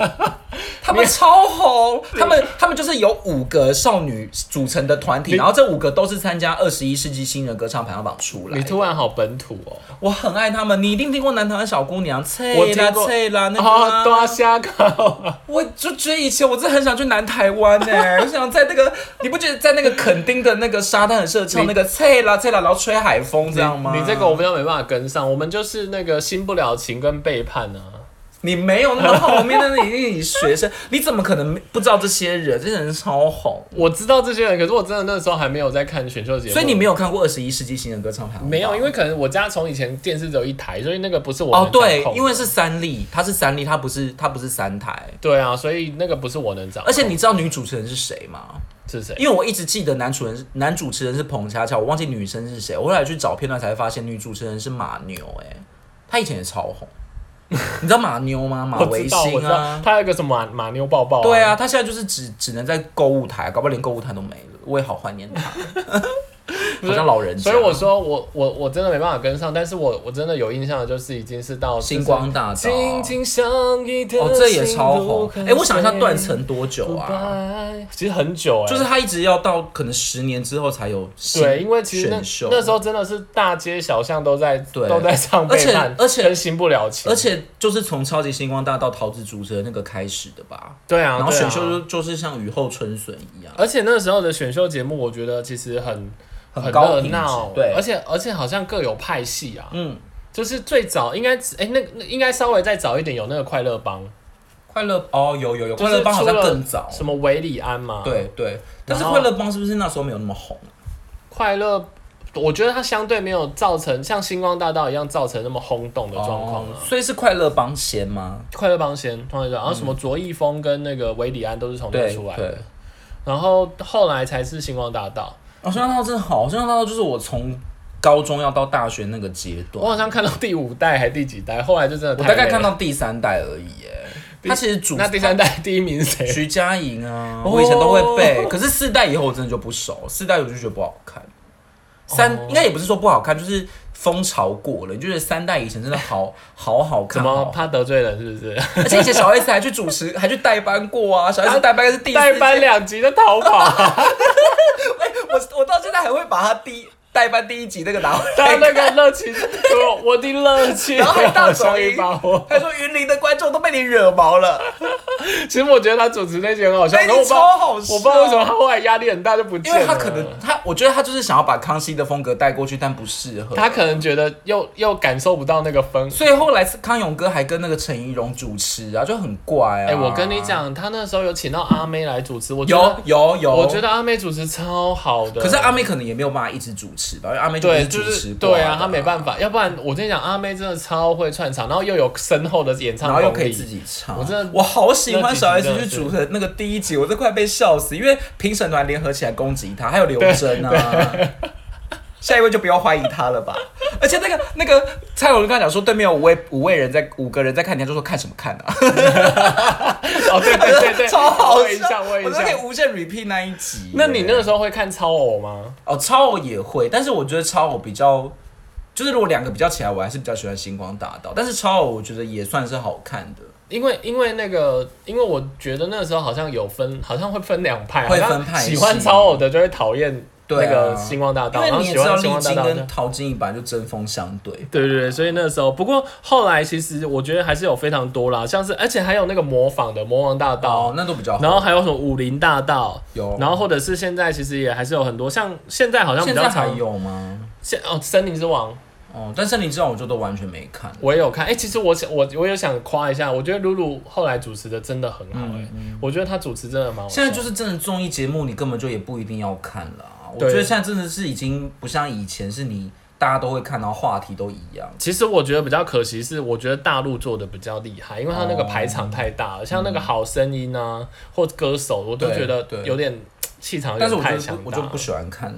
A: 他们超红，他们他们就是有五个少女组成的团体，
B: 你
A: 然后这五个都是参加二十一世纪新人歌唱排行榜出来
B: 你。突然好本土哦，
A: 我很爱他们，你一定听过南台湾小姑娘，
B: 我
A: 脆啦
B: 听过
A: 脆啦哎那个
B: 啊，
A: 啊、
B: 多虾膏，
A: 我就觉得以前我真的很想去南台湾呢、 我想在那个，你不觉得在那个垦丁的那个沙滩很适合唱那个脆啦脆啦，然后吹海风这样吗？
B: 你你这个我们都没办法跟上，我们就是那个新不了情跟背叛啊，
A: 你没有那么后面，那你你学生，你怎么可能不知道这些人？这些人超红，
B: 我知道这些人，可是我真的那时候还没有在看选秀节目，
A: 所以你没有看过《二十一世纪新人歌唱排行榜》？
B: 没有，因为可能我家从以前电视只有一台，所以那个不是我能
A: 哦，对
B: 掌控，的
A: 因为是三立，它是三立，它不是它不是三台。
B: 对啊，所以那个不是我能掌控，
A: 而且你知道女主持人是谁吗？
B: 是谁？
A: 因为我一直记得男主人男主持人是彭恰恰，我忘记女生是谁。我后来去找片段才发现，女主持人是马牛、哎，她以前也超 红。你知道马牛吗？马
B: 我
A: 维
B: 知道，我
A: 新
B: 知道，
A: 啊，
B: 他有一个什么马马妞抱抱、
A: 对，啊，她现在就是只只能在购物台，搞不好连购物台都没了。我也好怀念 她，好像老人家。
B: 所以我说我我我真的没办法跟上，但是我我真的有印象的就是已经是到哦就是
A: 星光大道啊
B: 紧紧相依的
A: 哦，这也超红。哎、
B: 哎、
A: 我想一下断层多久
B: 不
A: 啊？
B: 败其实很久哎、
A: 就是他一直要到可能十年之后才有新
B: 对，因为其实那
A: 选秀
B: 那时候真的是大街小巷都在
A: 对
B: 都在唱
A: 而且
B: 背叛，
A: 而且
B: 真行不了情，
A: 而且就是从超级星光大道桃子主持的那个开始的吧。
B: 对啊，
A: 然后
B: 对啊
A: 选秀就、就是像雨后春笋一样，
B: 而且那时候的选秀节目，我觉得其实很
A: 很高
B: 热
A: 品质
B: 闹，
A: 对
B: 而且而且好像各有派系啊，
A: 嗯，
B: 就是最早应该哎、那那应该稍微再早一点有那个快乐帮，
A: 快乐哦，有有有，
B: 就是
A: 快乐帮好像
B: 出了
A: 更早，
B: 什么维里安嘛，，
A: 对对，但是
B: 然后
A: 快乐帮是不是那时候没有那么红？
B: 快乐。我觉得它相对没有造成像星光大道一样造成那么轰动的状况啊
A: 哦。所以是快乐帮先吗？
B: 快乐帮先，快乐帮然后什么卓一峰跟那个维里安都是从那
A: 对
B: 出来
A: 对
B: 的，，然后后来才是星光大道。
A: 哦，星光大道真的好，星光大道就是我从高中要到大学那个阶段
B: 我，好像看到第五代还第几代，后来就真的
A: 哦我
B: 太
A: 大概
B: 累
A: 看
B: 了
A: 到第三代而已耶。
B: 第
A: 他其实主
B: 那第三代第一名是谁？
A: 徐佳莹啊，
B: 哦
A: 我以前都会背，可是四代以后我真的就不熟，四代我就觉得不好看。三、
B: 哦
A: 应该也不是说不好看，就是风潮过了，你就觉得三代以前真的好好好
B: 怎
A: 看
B: 么
A: 哦。
B: 怕得罪人是不是？
A: 而且以前小 S 还去主持，还去代班过啊，小 S 代班是 第四哎
B: 代班两集的 逃跑，
A: 我我到现在还会把他第代班第一集那个拿回
B: 他
A: 来
B: 那
A: 看。
B: 个热情，我我的热情，
A: 然后还大手
B: 好像
A: 音
B: 一把火。
A: 他说云林的观众都被你惹毛了，
B: 其实我觉得他主持那集很好笑，
A: 那
B: 然
A: 一
B: 后我
A: 集
B: 不知
A: 超好笑。
B: 道我不知道为什么他后来压力很大就不见
A: 因
B: 了，
A: 为他可能他，我觉得他就是想要把康熙的风格带过去，但不适合。
B: 他可能觉得又又感受不到那个氛。
A: 所以后来是康永哥还跟那个陈怡蓉主持啊，就很怪啊。
B: 哎、我跟你，讲，他那时候有请到阿妹来主持，我觉
A: 有
B: 得
A: 有有，
B: 我觉得阿妹主持超好的，
A: 可是阿妹可能也没有办法一直主持吧，因为阿妹
B: 对，
A: 就
B: 就是
A: 主持
B: 是
A: 挂的
B: 对啊，她没办，法，要不然我跟你讲，阿妹真的超会串场，然后又有深厚的演唱
A: 然
B: 功
A: 后
B: 力，
A: 又可以自己唱。
B: 我真的
A: 我好喜欢小 S
B: 那
A: 去
B: 几集真
A: 主
B: 的
A: 持
B: 是
A: 的那个第一集，我都快被笑死，因为评审团联合起来攻击他，还有刘真啊。下一位就不要怀疑他了吧。而且那个那个蔡永刚刚讲说，对面有五位五位人在五个人在看，人家就说看什么看啊，
B: 哦，对对对 对，
A: 超好
B: 我有印
A: 笑，
B: 象，我
A: 我
B: 有
A: 都
B: 印
A: 可以
B: 象。
A: 无限 repeat 那一集。
B: 那你那个时候会看超偶吗？
A: 哦，超偶也会，但是我觉得超偶比较，就是如果两个比较起来，我还是比较喜欢星光大道，但是超偶我觉得也算是好看的，
B: 因为因为那个，因为我觉得那个时候好像有分，好像会分两派，
A: 会
B: 好像
A: 分派
B: 喜欢
A: 系
B: 超偶的就会讨厌
A: 对
B: 那
A: 啊
B: 个星光大道，然
A: 因
B: 后
A: 为你也
B: 喜
A: 知道
B: 欢
A: 丽
B: 星光大
A: 晶
B: 道
A: 跟
B: 的。
A: 陶晶莹本来就针锋相对，
B: 对对对，所以那时候，不过后来其实我觉得还是有非常多啦，像是而且还有那个模仿的魔王大道，
A: 哦，那都比较好，
B: 然后还有什么武林大道，
A: 有，
B: 然后或者是现在其实也还是有很多，像现在好像比
A: 现
B: 较
A: 在还
B: 常，
A: 有吗？
B: 现哦森林之王
A: 哦，但森林之王我就都完全没看，
B: 我也有看，哎、其实我想我我有想夸一下，我觉得露露后来主持的真的很好、
A: 嗯
B: 哎、我觉得她主持真的蛮好笑
A: 现
B: 的。
A: 在就是真的综艺节目，你根本就也不一定要看了啊，我
B: 对
A: 觉得现在真的是已经不像以前是你大家都会看，然后话题都一样。
B: 其实我觉得比较可惜是，我觉得大陆做的比较厉害，因为他那个排场太大了，像那个好声音啊，或歌手，我都
A: 哦对
B: 觉得
A: 对
B: 有点气哦场有
A: 但是
B: 点
A: 我就
B: 太
A: 不
B: 强
A: 我
B: 大
A: 就不
B: 了。
A: 喜欢看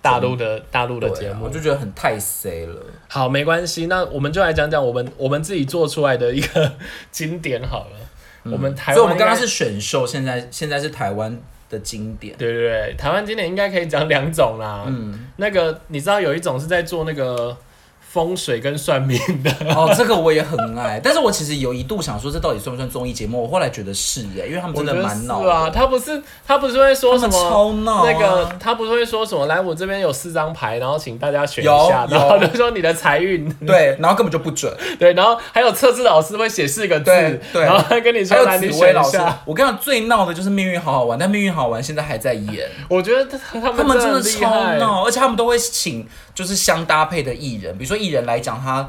B: 大陆的大陆的
A: 对
B: 节
A: 啊
B: 目，
A: 我就觉得很太 C 了。
B: 好，没关系，那我们就来讲讲我们我们自己做出来的一个经典好了。我们
A: 嗯
B: 台湾应该，
A: 所以我们刚刚是选秀，现在现在是台湾的经典。
B: 对对对，台湾经典应该可以讲两种啦。
A: 嗯，
B: 那个你知道有一种是在做那个风水跟算命的，
A: 哦，这个我也很爱，但是我其实有一度想说，这到底算不算综艺节目？我后来觉得是耶，因为他们
B: 我
A: 真
B: 觉
A: 的
B: 得
A: 蛮
B: 是
A: 闹
B: 啊，
A: 的，
B: 他不是他不是会说
A: 他
B: 什
A: 们
B: 么？
A: 超闹啊
B: 那个他不是会说什么？来，我这边有四张牌，然后请大家选一
A: 有
B: 下，
A: 有
B: 然后就说你的财运，
A: 对，然后根本就不准。
B: 对，然后还有测试老师会写四个字
A: 对，对
B: 然后他 跟你
A: 还
B: 说来
A: 有
B: 你
A: 紫薇
B: 选一
A: 老师
B: 下。，
A: 我跟你讲，最闹的就是《命运好好玩》，但《命运好好玩》现在还在演，
B: 我觉得他
A: 他们真的
B: 的厉
A: 超
B: 害。
A: 闹，而且他们都会请就是相搭配的艺人，比如说艺人来讲他。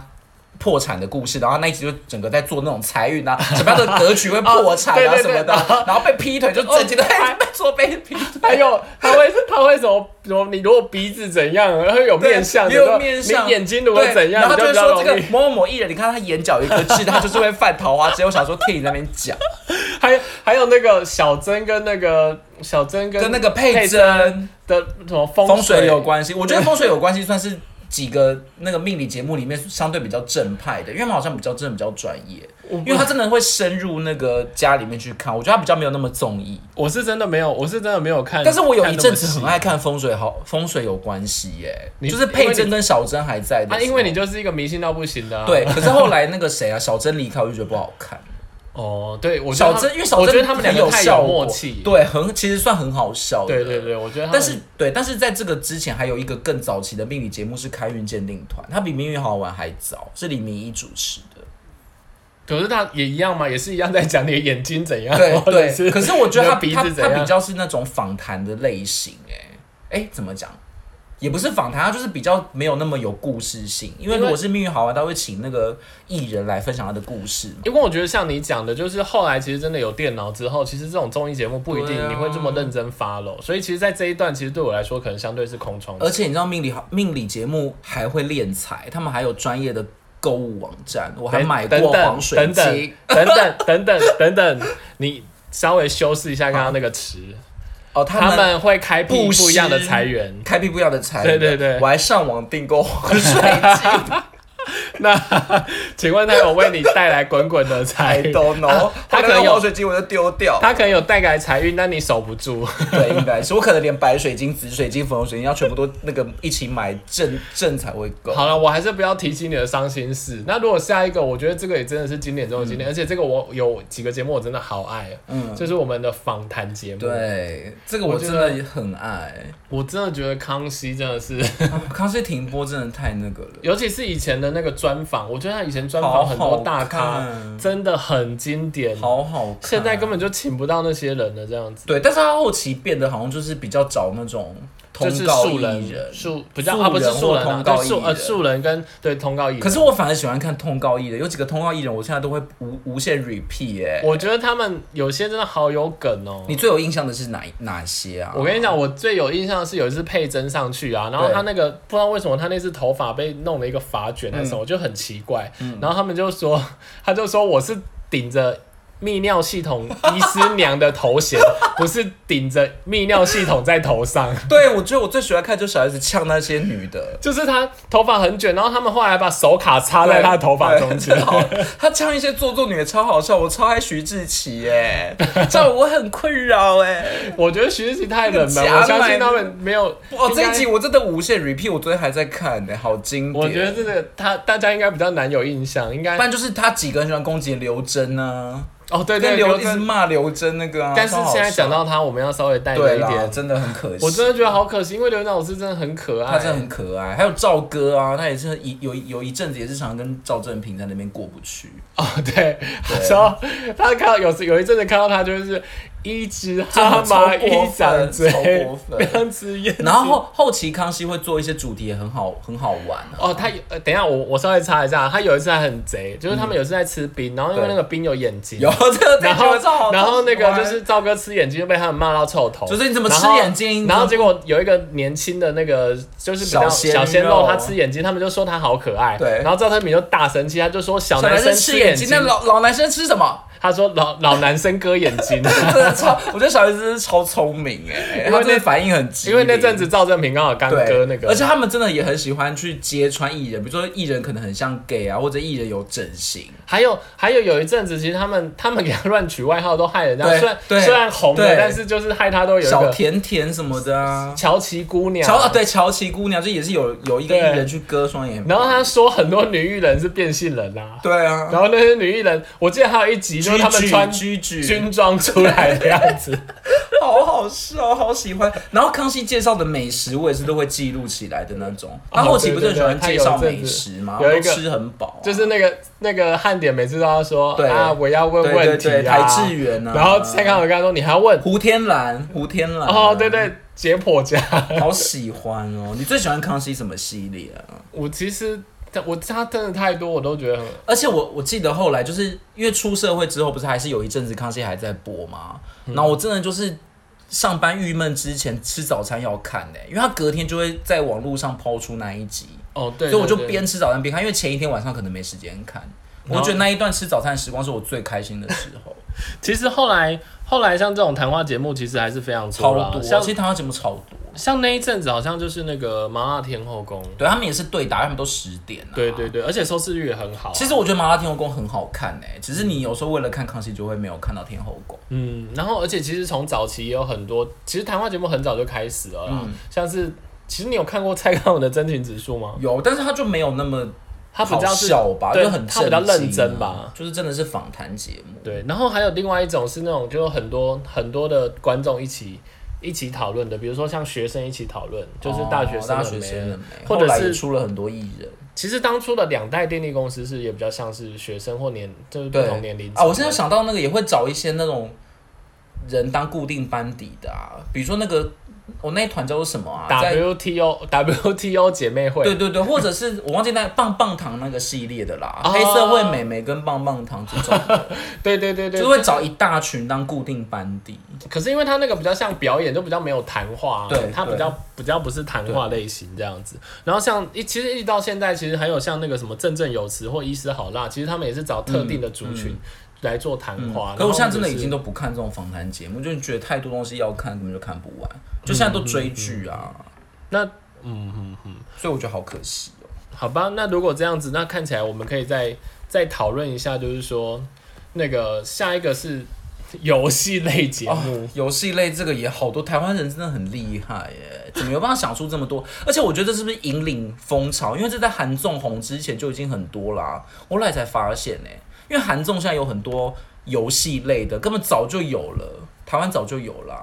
A: 破产的故事，然后那一集就整个在做那种财运啊，什么样的格局会破产
B: 哦
A: 啊
B: 对对
A: 什么的， 然后被劈腿就整集都在
B: 哦
A: 做被劈腿，
B: 还有他会他会什么什么？你如果鼻子怎样，然后有
A: 对
B: 面相，
A: 也
B: 然
A: 有
B: 后
A: 面相，
B: 你眼睛如果
A: 对
B: 怎样，
A: 然后
B: 你
A: 就会
B: 就比较
A: 说
B: 容
A: 这个
B: 易。
A: 某某某艺人，你看他眼角有一颗痣，他就是会犯桃花之类。我想说替你那边讲，
B: 还有还有那个小珍跟那个小珍跟
A: 跟那个佩
B: 珍
A: 珍
B: 的什么 风
A: 风水有关系，我觉得风水有关系算是几个那个命理节目里面相对比较正派的，因为他们好像比较真的比较专业，
B: 我
A: 因为他真的会深入那个家里面去看，我觉得他比较没有那么综艺。
B: 我是真的没有，我是真的没有看。
A: 但是我有一阵子
B: 看那么细
A: 很爱看风水好风水有关系耶、
B: 你
A: 就是佩珍跟小珍还在的时候
B: 啊，因为你就是一个迷信到不行的、啊。
A: 对，可是后来那个谁啊，小珍离开我就觉得不好看。
B: 哦，对，我觉
A: 小
B: 得他
A: 珍因为小珍
B: 我觉得他们两
A: 很
B: 个
A: 有
B: 太
A: 效
B: 有
A: 果
B: 默契。
A: 对，很其实算很好笑的。
B: 对对对，我觉得他们
A: 但是对，但是在这个之前还有一个更早期的命理节目是开运鉴定团，它比命运好好玩还早，是李明一主持的。
B: 可是他也一样嘛，也是一样在讲你的眼睛怎 样，
A: 对
B: 或者
A: 对，可是我觉得他
B: 你的
A: 他
B: 鼻子怎
A: 他
B: 样
A: 比较是那种访谈的类型、哎哎，怎么讲？也不是访谈，他就是比较没有那么有故事性。因为
B: 因为
A: 如果是命运好玩，他会请那个艺人来分享他的故事嘛。
B: 因为我觉得像你讲的，就是后来其实真的有电脑之后，其实这种综艺节目不一
A: 对
B: 定
A: 啊
B: 你会这么认真 follow，所以其实，在这一段其实对我来说可能相对是空窗期。
A: 而且你知道命理好命理节目还会敛财，他们还有专业的购物网站，我还买
B: 等
A: 过
B: 等
A: 黄水
B: 等等
A: 晶。
B: 等等等等 等等，你稍微修饰一下刚刚那个词，
A: 哦，
B: 他们会开辟
A: 布施
B: 不一样的财源。
A: 开辟不一样的财源。
B: 对对对
A: 我还上网订购黄水 晶
B: 那请问他有为你带来滚滚的财
A: ，I
B: 运？啊
A: don't know
B: 他
A: 我那
B: 可能
A: 个
B: 有
A: 黄水晶我就丢掉。
B: 他可能有带来财运，但你守不住。
A: 对，应该是我可能连白水晶、紫水晶、粉红水晶要全部都那个一起买正正才会够。
B: 好了，我还是不要提起你的伤心事。那如果下一个，我觉得这个也真的是经典中的经
A: 嗯
B: 典，而且这个我有几个节目我真的好爱，嗯，就是我们的访谈节目。，
A: 对，这个
B: 我
A: 我
B: 觉
A: 真
B: 得
A: 的也很爱。
B: 我真的觉得康熙真的是，。
A: 啊康熙停播真的太那个了
B: 尤其是以前的那个专访，我觉得他以前专访很
A: 好
B: 多
A: 好
B: 大咖，
A: 看
B: 真的很经典。
A: 好好看，
B: 现在根本就请不到那些人了，这样子。
A: 对，但是他后期变得好像就是比较找那种通
B: 就是
A: 告
B: 素
A: 艺
B: 人，
A: 人，
B: 素比较
A: 素
B: 啊，不是
A: 人
B: 素
A: 或
B: 人啊，
A: 通告
B: 对素
A: 艺
B: 呃
A: 人
B: 素人跟对通告艺人。
A: 可是我反而喜欢看通告艺人，有几个通告艺人，我现在都会无无限 repeat 哎、
B: 我觉得他们有些真的好有梗哦。
A: 你最有印象的是哪哪些啊？
B: 我跟你讲，我最有印象的是有一次佩珍上去啊，然后
A: 对
B: 她那个不知道为什么她那次头发被弄了一个发卷还是什么，就很奇怪。然后他们就说，他就说我是顶着。泌尿系统医师娘的头衔，不是顶着泌尿系统在头上，
A: 对，我觉得我最喜欢看就是小 S 呛那些女的，
B: 就是她头发很卷，然后他们后来把手卡插在她的头发中 间
A: 对，好她呛一些做作女的超好笑，我超爱徐志奇哎、这样我很困扰哎、
B: 我觉得徐志奇太冷门，
A: 那个
B: 我
A: 假奶
B: 相信他们没有。
A: 哦，这一
B: 应该
A: 集我真的无限 repeat，我昨天还在看哎、好经典。
B: 我觉得这个他大家应该比较难有印象，应该
A: 不然就是他几个很喜欢攻击刘真啊，
B: 哦对
A: 跟
B: 对刘
A: 刘一直
B: 真，
A: 骂刘真那个啊。
B: 但是
A: 超好
B: 现在讲
A: 笑
B: 到他，我们要稍微带着
A: 对
B: 一
A: 啦，
B: 点。
A: 真的很可惜。
B: 我真的觉得好可惜，因为刘真老师真的很可爱，
A: 他真的很可爱，还有赵哥啊，他也是一有有一阵子也是常跟赵正平在那边过不去，
B: 哦对，然后他看到有时有一阵子看到他就是一直哈
A: 超
B: 麻
A: 过
B: 一
A: 分
B: 张嘴
A: 超过，分
B: 这样子演。
A: 然后后后期康熙会做一些主题也很好很好玩啊，
B: 哦，他有呃，等一下我我稍微查一下，他有一次还很贼，就是他们有一次在吃冰，然后因为
A: 嗯对
B: 那个冰有眼睛，
A: 有这个
B: 然后
A: 这个好
B: 然后那个
A: 超喜
B: 就
A: 欢
B: 是赵哥吃眼睛就被他们骂到臭头，
A: 就是你怎么吃
B: 然后
A: 眼睛
B: 然后结果有一个年轻的那个就是比较
A: 小鲜
B: 小鲜肉
A: 肉，
B: 他吃眼睛，他们就说他好可爱，
A: 对
B: 然后赵特敏就大生气，他就说小
A: 小
B: 男
A: 男
B: 生
A: 生
B: 吃
A: 吃
B: 眼
A: 眼
B: 睛
A: 睛，，那老老男生吃什么？
B: 他说老老男生割眼
A: 真
B: 睛，
A: 的超，我觉得小 S 真是超聪明哎、
B: 因为
A: 他真
B: 那
A: 的反应很激
B: 因
A: 烈，
B: 为那阵子赵正平刚好干
A: 对
B: 哥那个，啊
A: 而且他们真的也很喜欢去揭穿艺人，比如说艺人可能很像 gay 啊，或者艺人有整形，
B: 还有还有有一阵子，其实他们他们给他乱取外号都害人家，
A: 对
B: 虽然
A: 对
B: 虽然红了，
A: 对
B: 但是就是害他都有一
A: 小
B: 个
A: 甜甜什么的 啊，
B: 乔琪姑娘。
A: 乔啊对乔琪姑娘，就也是有有一个艺人去割双眼皮，
B: 然后他说很多女艺人是变性人啊，
A: 对啊，
B: 然后那些女艺人，我记得还有一集就是他们穿
A: 居居
B: 军装出来的样子，
A: 好好笑，好喜欢。然后康熙介绍的美食，我也是都会记录起来的那种。他后期不是很喜欢介绍美食吗？
B: 对
A: 都
B: 对对对他有一阵子
A: 吃很饱啊、
B: 就是那个那个汉典每次都要说
A: 对
B: 啊，我要问
A: 对对
B: 问题
A: 对，
B: 啊，
A: 台志远啊，嗯
B: 然后蔡康永跟他说你还要问
A: 胡天蓝，胡天蓝、
B: 哦，对，对，解剖家，
A: 好喜欢哦。你最喜欢康熙什么系列啊？
B: 我其实我他真的太多，我都觉得很
A: 而且我我记得后来就是因为出社会之后，不是还是有一阵子康熙还在播吗？然后我真的就是。上班郁闷之前吃早餐要看欸的、因为他隔天就会在网络上抛出那一集，
B: 哦对，
A: 所以我就
B: 对对
A: 边吃早餐边看，因为前一天晚上可能没时间看。我
B: 然后
A: 觉得那一段吃早餐的时光是我最开心的时 候，
B: 其实后来后来像这种谈话节目，其实还是非常
A: 超
B: 多啦
A: 多。
B: 像
A: 其实台湾节目超多，
B: 像那一阵子，好像就是那个麻辣天后宫，
A: 对啊他们也是对打，他们都十点、啊。
B: 对对。对，而且收视率也很好啊、
A: 其实我觉得《麻辣天后宫》很好看诶、只是你有时候为了看康熙就会没有看到天后宫。
B: 嗯，然后而且其实从早期也有很多，其实谈话节目很早就开始了
A: 嗯
B: 啦，像是。其实你有看过蔡康永的真情指数吗？
A: 有，但是他就没有那么
B: 他比
A: 好
B: 较是
A: 笑吧，
B: 对
A: 就很
B: 他比较
A: 震惊啊
B: 认真吧，
A: 就是真的是访谈节目。
B: 对，然后还有另外一种是那种就有很多很多的观众一起一起讨论的，比如说像学生一起讨论，就是大学
A: 哦
B: 生
A: 大
B: 的
A: 学
B: 没
A: 生
B: 人、
A: 了没，
B: 或
A: 后
B: 者
A: 来也
B: 是
A: 出了很多艺人。
B: 其实当初的两代电力公司是也比较像是学生或年就是不
A: 对
B: 同年龄
A: 啊，我现
B: 层
A: 在
B: 的
A: 想到那个也会找一些那种人当固定班底的啊，比如说那个我那一团叫做什么啊，在
B: WTO WTO 姐妹会，
A: 对对对，或者是我忘记那个棒棒糖那个系列的啦，
B: 哦
A: 黑社会美眉跟棒棒糖这种的，
B: 对对对对
A: 就是会找一大群当固定班 底。
B: 可是因为他那个比较像表演，就比较没有谈话、啊，
A: 对
B: 他比较比较不是谈话类型这样子。然后像一其实一直到现在，其实还有像那个什么振振有词或医师好辣，其实他们也是找特定的族群来做谈话。
A: 嗯可我现在真的
B: 然后就是
A: 已经都不看这种访谈节目，就是觉得太多东西要看，根本就看不完，就现在都追剧啊，
B: 嗯那嗯嗯嗯，
A: 所以我觉得好可惜哦。
B: 好吧，那如果这样子，那看起来我们可以再再讨论一下，就是说那个下一个是游戏类节目。
A: 哦游戏类这个也好多，台湾人真的很厉害耶，怎么有办法想出这么多？而且我觉得这是不是引领风潮？因为这在韩综红之前就已经很多啦、我后来才发现呢，因为韩综现在有很多游戏类的，根本早就有了，台湾早就有啦。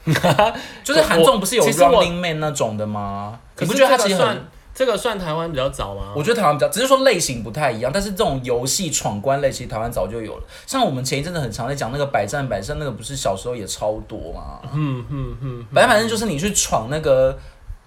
A: 就是韩综不是有
B: 其实我
A: Running Man 那种的吗？你
B: 可是
A: 不觉得它
B: 这
A: 其
B: 个
A: 实很
B: 算？这个算台湾比较早吗？
A: 我觉得台湾比较，只是说类型不太一样，但是这种游戏闯关类其实台湾早就有了。像我们前一阵子很常在讲那个百战百胜，那个不是小时候也超多吗？
B: 嗯嗯嗯，
A: 百战百胜就是你去闯那个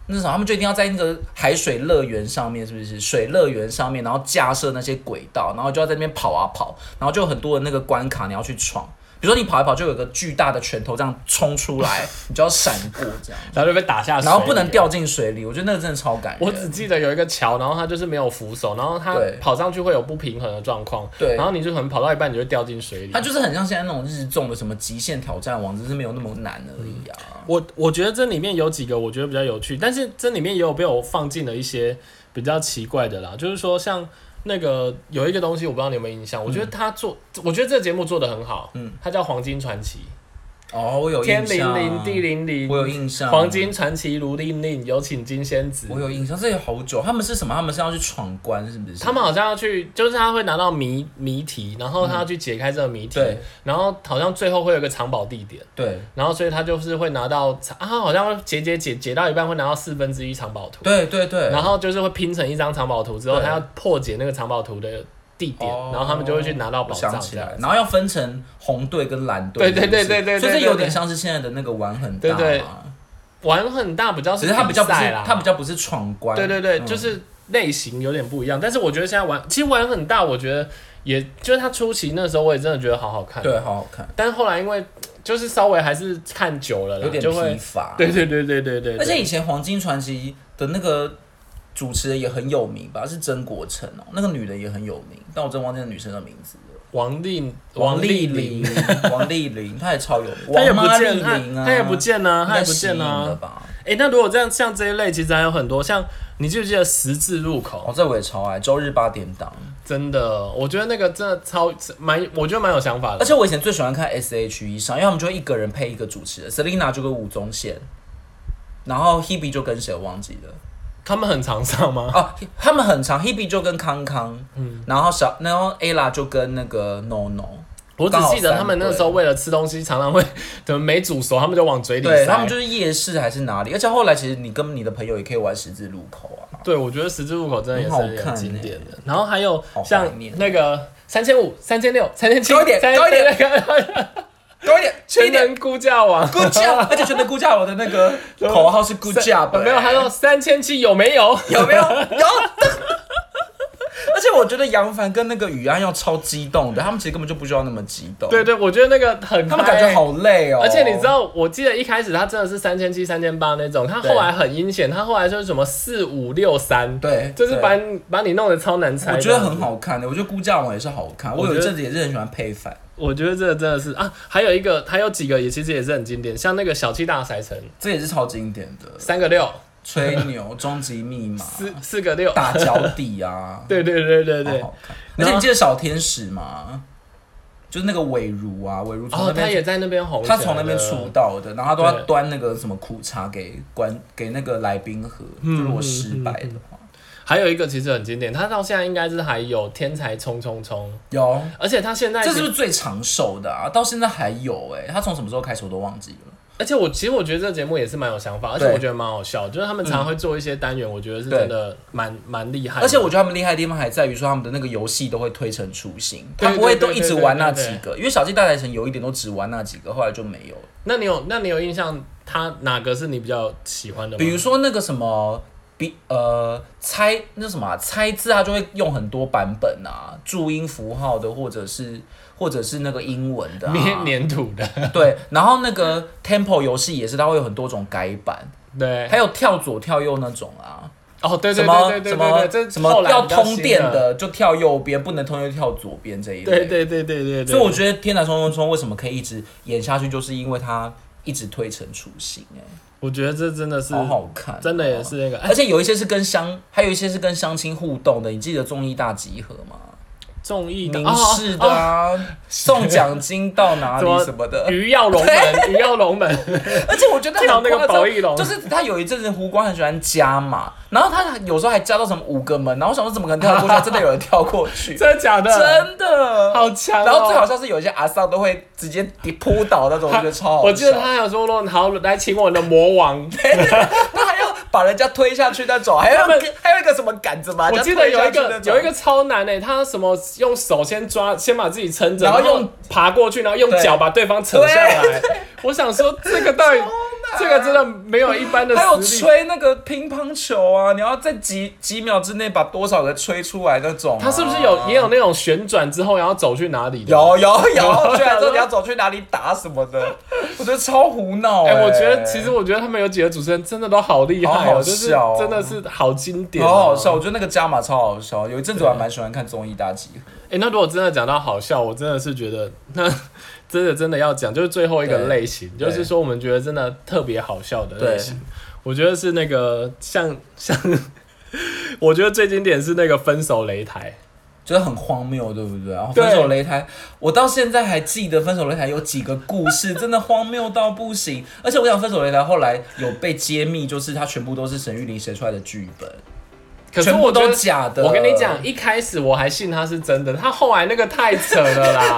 A: 那什么，他们就一定要在那个海水乐园上面，是不是？水乐园上面，然后架设那些轨道，然后就要在那边跑啊跑，然后就有很多的那个关卡你要去闯。比如说你跑一跑，就有个巨大的拳头这样冲出 来，你就要闪过这样，
B: 然后就被打下水里，
A: 然后不能掉进水里。我觉得那个真的超感人。
B: 我只记得有一个桥，然后它就是没有扶手，然后它
A: 对
B: 跑上去会有不平衡的状况，
A: 对
B: 然后你就可能跑到一半你就会掉进水里
A: 它。就是很像现在那种日综的什么极限挑战王，只是没有那么难而已啊。
B: 我我觉得这里面有几个我觉得比较有趣，但是这里面也有被我放进了一些比较奇怪的啦，就是说像那个有一个东西我不知道你有没有印象，我觉得他做，我觉得这个节目做的很好，
A: 嗯，
B: 它叫《黄金传奇
A: 哦，我有》，
B: 天
A: 印
B: 灵
A: 象，
B: 灵地灵
A: 我有
B: 灵，
A: 印象，
B: 黄，金传奇如令令，有请金仙子，
A: 我有印象，这也好久。他们是什么？他们是要去闯关，是不是？
B: 他们好像要去，就是他会拿到谜谜题，然后他要去解开这个谜题，
A: 对
B: 然后好像最后会有一个藏宝地点，
A: 对
B: 然后所以他就是会拿到藏啊，好像会解解解解到一半会拿到四分之一藏宝图，
A: 对对对，
B: 然后就是会拼成一张藏宝图之后，
A: 对
B: 他要破解那个藏宝图的地点，
A: 哦
B: 然后他们就会去拿到宝
A: 我
B: 藏
A: 想起
B: 这样
A: 来，。然后要分成红队跟蓝队，
B: 对对
A: 是不是
B: 对对对对
A: 所以这
B: 对
A: 有点像是现在的那个玩很大嘛，
B: 对对玩很大，比较
A: 只是它比较不是
B: 赛啦，
A: 它比较不是闯关，
B: 对对对，
A: 嗯
B: 就是类型有点不一样。但是我觉得现在玩，其实玩很大，我觉得也就是他初期那时候我也真的觉得好好看，
A: 对，好好看，
B: 但后来因为就是稍微还是看久了啦，
A: 有点
B: 就
A: 疲
B: 会，
A: 乏，
B: 对对对对对对，对
A: 而且以前《黄金传奇》的那个主持人也很有名吧，是曾国成哦，那个女的也很有名，但我真忘记那女生的名字了。
B: 王丽
A: 王丽
B: 玲
A: 玲，王丽玲，她也超有名，
B: 她也
A: 王
B: 不
A: 妈
B: 见
A: 丽
B: 她
A: 玲啊，
B: 她也不见啊，她也不见
A: 应该吸引了
B: 啊。
A: 吧？
B: 哎，那如果这样，像这一类，其实还有很多，像你记不记得十字路口？
A: 哦，这我也超爱，周日八点档，
B: 真的，我觉得那个真的超蛮，我觉得蛮有想法的
A: 而。且我以前最喜欢看 S H E 上，因为他们就会一个人配一个主持人，Selina 就跟吴宗宪，然后 Hebe 就跟谁我忘记了。
B: 他们很常上吗？
A: 哦，他们很长，Hebe 就跟康康，
B: 嗯
A: 然后小，然后 Ella 就跟那个 No No，
B: 我只记得他们那时候为了吃东西，常常会怎么没煮熟，他们就往嘴里
A: 对
B: 塞。
A: 他们就是夜市还是哪里，而且后来其实你跟你的朋友也可以玩十字路口 啊，
B: 对，我觉得十字路口真的也是
A: 很好看欸
B: 很经典的。然后还有
A: 好怀
B: 像
A: 念哦
B: 那个三千五、三千六、三千七，
A: 高一点
B: 三
A: 高一点
B: 那 个
A: 多一点，吃一
B: 全
A: 点
B: 能估价网。
A: 估价，而且全能估价我的那 个口号是估价吧，
B: 没有，他说 三千七有没有？
A: 有 没有？有。 而且我觉得杨凡跟那个雨安要超激动的，他们其实根本就不需要那么激动，
B: 对对，我觉得那个很，
A: 他们感觉。好累哦。
B: 而且你知，道，我记得一开始他真的是三千七、三千八那种，他后来很阴险，他后来就是什么四五六三，
A: 对
B: 就是
A: 对
B: 把你把你弄得超难猜。
A: 我觉得很，好看的，我觉得估价网也是好看，我有一阵子也是很喜欢配饭。
B: 我觉得这个真的是啊，还有一个，还有几个也其实也是很经典，像那个小气大财神，
A: 这也是超经典的，
B: 三个六，
A: 吹牛、终极密码、
B: 四四个六，
A: 大脚底啊，
B: 对对对对对
A: 好，好看。而且你记得小天使吗？就是那个伟如啊，伟如从
B: 哦，
A: 那
B: 他
A: 边、
B: 也在那边红起来
A: 他
B: 了，
A: 从那边出道的，然后他都要
B: 对
A: 端那个什么苦茶给观给那个来宾喝。
B: 嗯
A: 就如果失败的话，
B: 还有一个其实很经典，他到现在应该是还有天才冲冲冲，
A: 有
B: 而且他现在
A: 这
B: 其
A: 是
B: 实
A: 不是最长寿的啊？到现在还有哎、他从什么时候开始我都忘记了。
B: 而且我其实我觉得这个节目也是蛮有想法，而且我觉得蛮好笑，就是他们常常会做一些单元，我觉得是真的蛮蛮厉害的。
A: 嗯而且我觉得他们厉害的地方还在于说，他们的那个游戏都会推陈出新，
B: 对
A: 他不会
B: 对对
A: 都一直
B: 对对
A: 玩那
B: 对对
A: 几个，因为小鸡大财神有一点都只玩那几个，后来就没有了。
B: 那你有那你有印象他哪个是你比较喜欢的吗？
A: 比如说那个什么，比呃猜那什么、啊、猜字，它就会用很多版本啊，注音符号的，或者是或者是那个英文的、啊，
B: 粘粘土的，
A: 对。然后那个 Temple 游戏也是，它会有很多种改版，
B: 对，
A: 还有跳左跳右那种啊，
B: 哦对
A: 什
B: 对
A: 么
B: 对对对
A: 什
B: 对对，
A: 么
B: 这
A: 什
B: 后
A: 么
B: 来
A: 要
B: 比较
A: 通
B: 新
A: 电
B: 的，
A: 的就跳右边，不能通电就跳左边这一类。
B: 对对对对对对。
A: 所以我觉得《天才冲冲冲》为什么可以一直演下去，就是因为它一直推陈出新、哎，
B: 我觉得这真的是
A: 好好看哦、
B: 真的也是那个，哎
A: 而且有一些是跟相，还有一些是跟相亲互动的。你记得综艺大集合吗？
B: 综艺的
A: 明
B: 哦哦
A: 示的啊，送奖金到哪
B: 什 么
A: 里什么 的。
B: 鱼跃龙门，鱼跃龙门，
A: 而且我觉得很
B: 跳那个
A: 夸张
B: 保育龙
A: 就是他有一阵子胡瓜很喜欢加码，然后他有时候还加到什么五个门，然后我想说怎么可能跳得过去？真的有人跳过去，
B: 真的假的？
A: 真的。
B: 好强哦！
A: 然后最好像是有一些阿桑都会直接扑倒那种，我觉得超好笑。
B: 我记得他还有说说好来请我的魔王，
A: 他还要把人家推下去那种，还要
B: 他们
A: 还有一个什么杆子嘛？
B: 我记得有一个有一
A: 个
B: 个超难诶、他什么用手先抓，先把自己撑着，
A: 然后用
B: 爬过去，然后用
A: 对
B: 脚把对方扯下来。 我想说这个到底这个真的没有一般的
A: 还有
B: 实力。
A: 吹那个乒乓球啊，你要在几几秒之内把多少个吹出来那种啊、
B: 他是不是有也有那种旋转之后然后走去哪里的？。
A: 有有 有？
B: 啊
A: 居然说你要走去哪里打什么的，我觉得超胡闹、
B: 哎、
A: 欸。
B: 我觉得其实我觉得他们有几个主持人真的都好厉害、哦，
A: 好好
B: 就是
A: 笑哦
B: 真的是好经典、哦
A: 好好笑，。我觉得那个加码超好笑。有一阵子我还蛮喜欢看综艺大集合，
B: 哎、那如果真的讲到好笑，我真的是觉得那真的真的要讲，就是最后一个
A: 对
B: 类型，
A: 对
B: 就是说我们觉得真的特别好笑的类
A: 对
B: 型。我觉得是那个像像， 我觉得最经典是那个分手擂台，
A: 觉得很荒谬，对不对？然后
B: 对
A: 分手擂台，我到现在还记得分手擂台有几个故事，真的荒谬到不行。而且我想分手擂台后来有被揭秘，就是它全部都是沈玉琳写出来的剧本，
B: 可是
A: 全部
B: 我觉
A: 都
B: 得。
A: 假的。
B: 我跟你讲，。一开始我还信他是真的，他后来那个太扯 了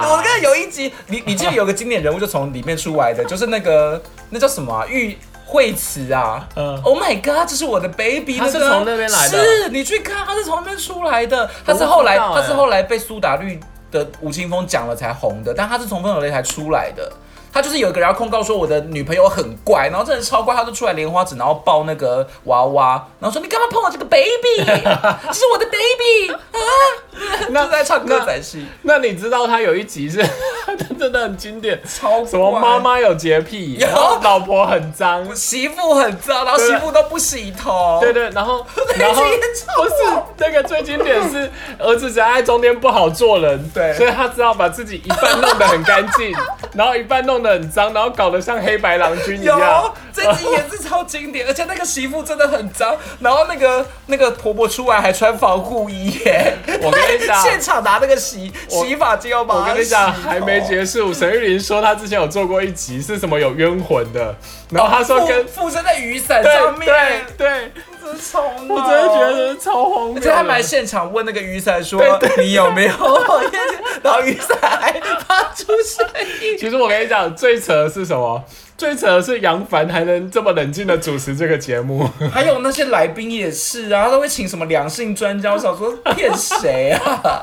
A: 我
B: 啦。
A: 跟有一集，你你记得有个经典人物就从里面出来的，就是那个那叫什么啊？玉惠慈啊。
B: 嗯
A: Oh my god！这是我的 baby，
B: 他是
A: 那个
B: 从那边来的
A: 是你去看，他是从那边出来的。他
B: 我不
A: 是后来，
B: 知道欸
A: 他是后来被苏打绿的吴青峰讲了才红的，但他是从分手擂台出来的。他就是有一个人要控告说我的女朋友很怪，然后真的超怪，他就出来莲花指，然后抱那个娃娃，然后说你干嘛碰我这个 baby？这是我的 baby 啊！
B: 那
A: 就在唱歌仔戏，
B: 那你知道他有一集是 但真的很经典。
A: 超
B: 什么
A: 怪
B: 妈妈有洁癖，
A: 有
B: 然后老婆很脏，
A: 媳妇很脏，然后媳妇都不洗头，
B: 对对，然后 然后
A: 这也超
B: 不是那个最经典是儿子只爱中间不好做人，
A: 对
B: 所以他只好把自己一半弄得很干 净，然后一半弄得很脏，然后搞得像黑白郎君一样
A: 有。这集也是超经典，而且那个媳妇真的很脏，然后那个那个婆婆出来还穿防护衣耶，
B: 我跟你 讲
A: 现场拿那个洗
B: 我
A: 洗发精要把
B: 我
A: 它
B: 跟你讲，
A: 洗头
B: 还没结束。沈玉琳说她之前有做过一集是什么有冤魂的，然后她说
A: 附
B: 跟
A: 附身在雨伞上
B: 对对
A: 哦面，
B: 对，
A: 真是超闹，
B: 我真的觉得超荒
A: 而
B: 谬
A: 且
B: 的。
A: 他们还现场问那个雨伞说：“你有没有？” 然后雨伞还发出声音。
B: 其实我跟你讲，最扯的是什么？最扯的是杨凡还能这么冷静的主持这个节目。
A: 还有那些来宾也是啊，他都会请什么两性专 家，我想说骗谁啊？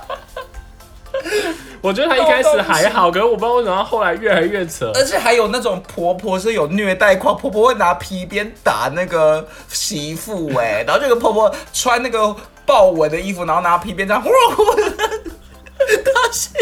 B: 我觉得他一开始还好，可是我不知道为什么他后来越来越扯。
A: 而且还有那种婆婆是有虐待狂，婆婆会拿皮鞭打那个媳妇哎、然后这个婆婆穿那个豹纹的衣服，然后拿皮鞭这样呼呼 呼，她是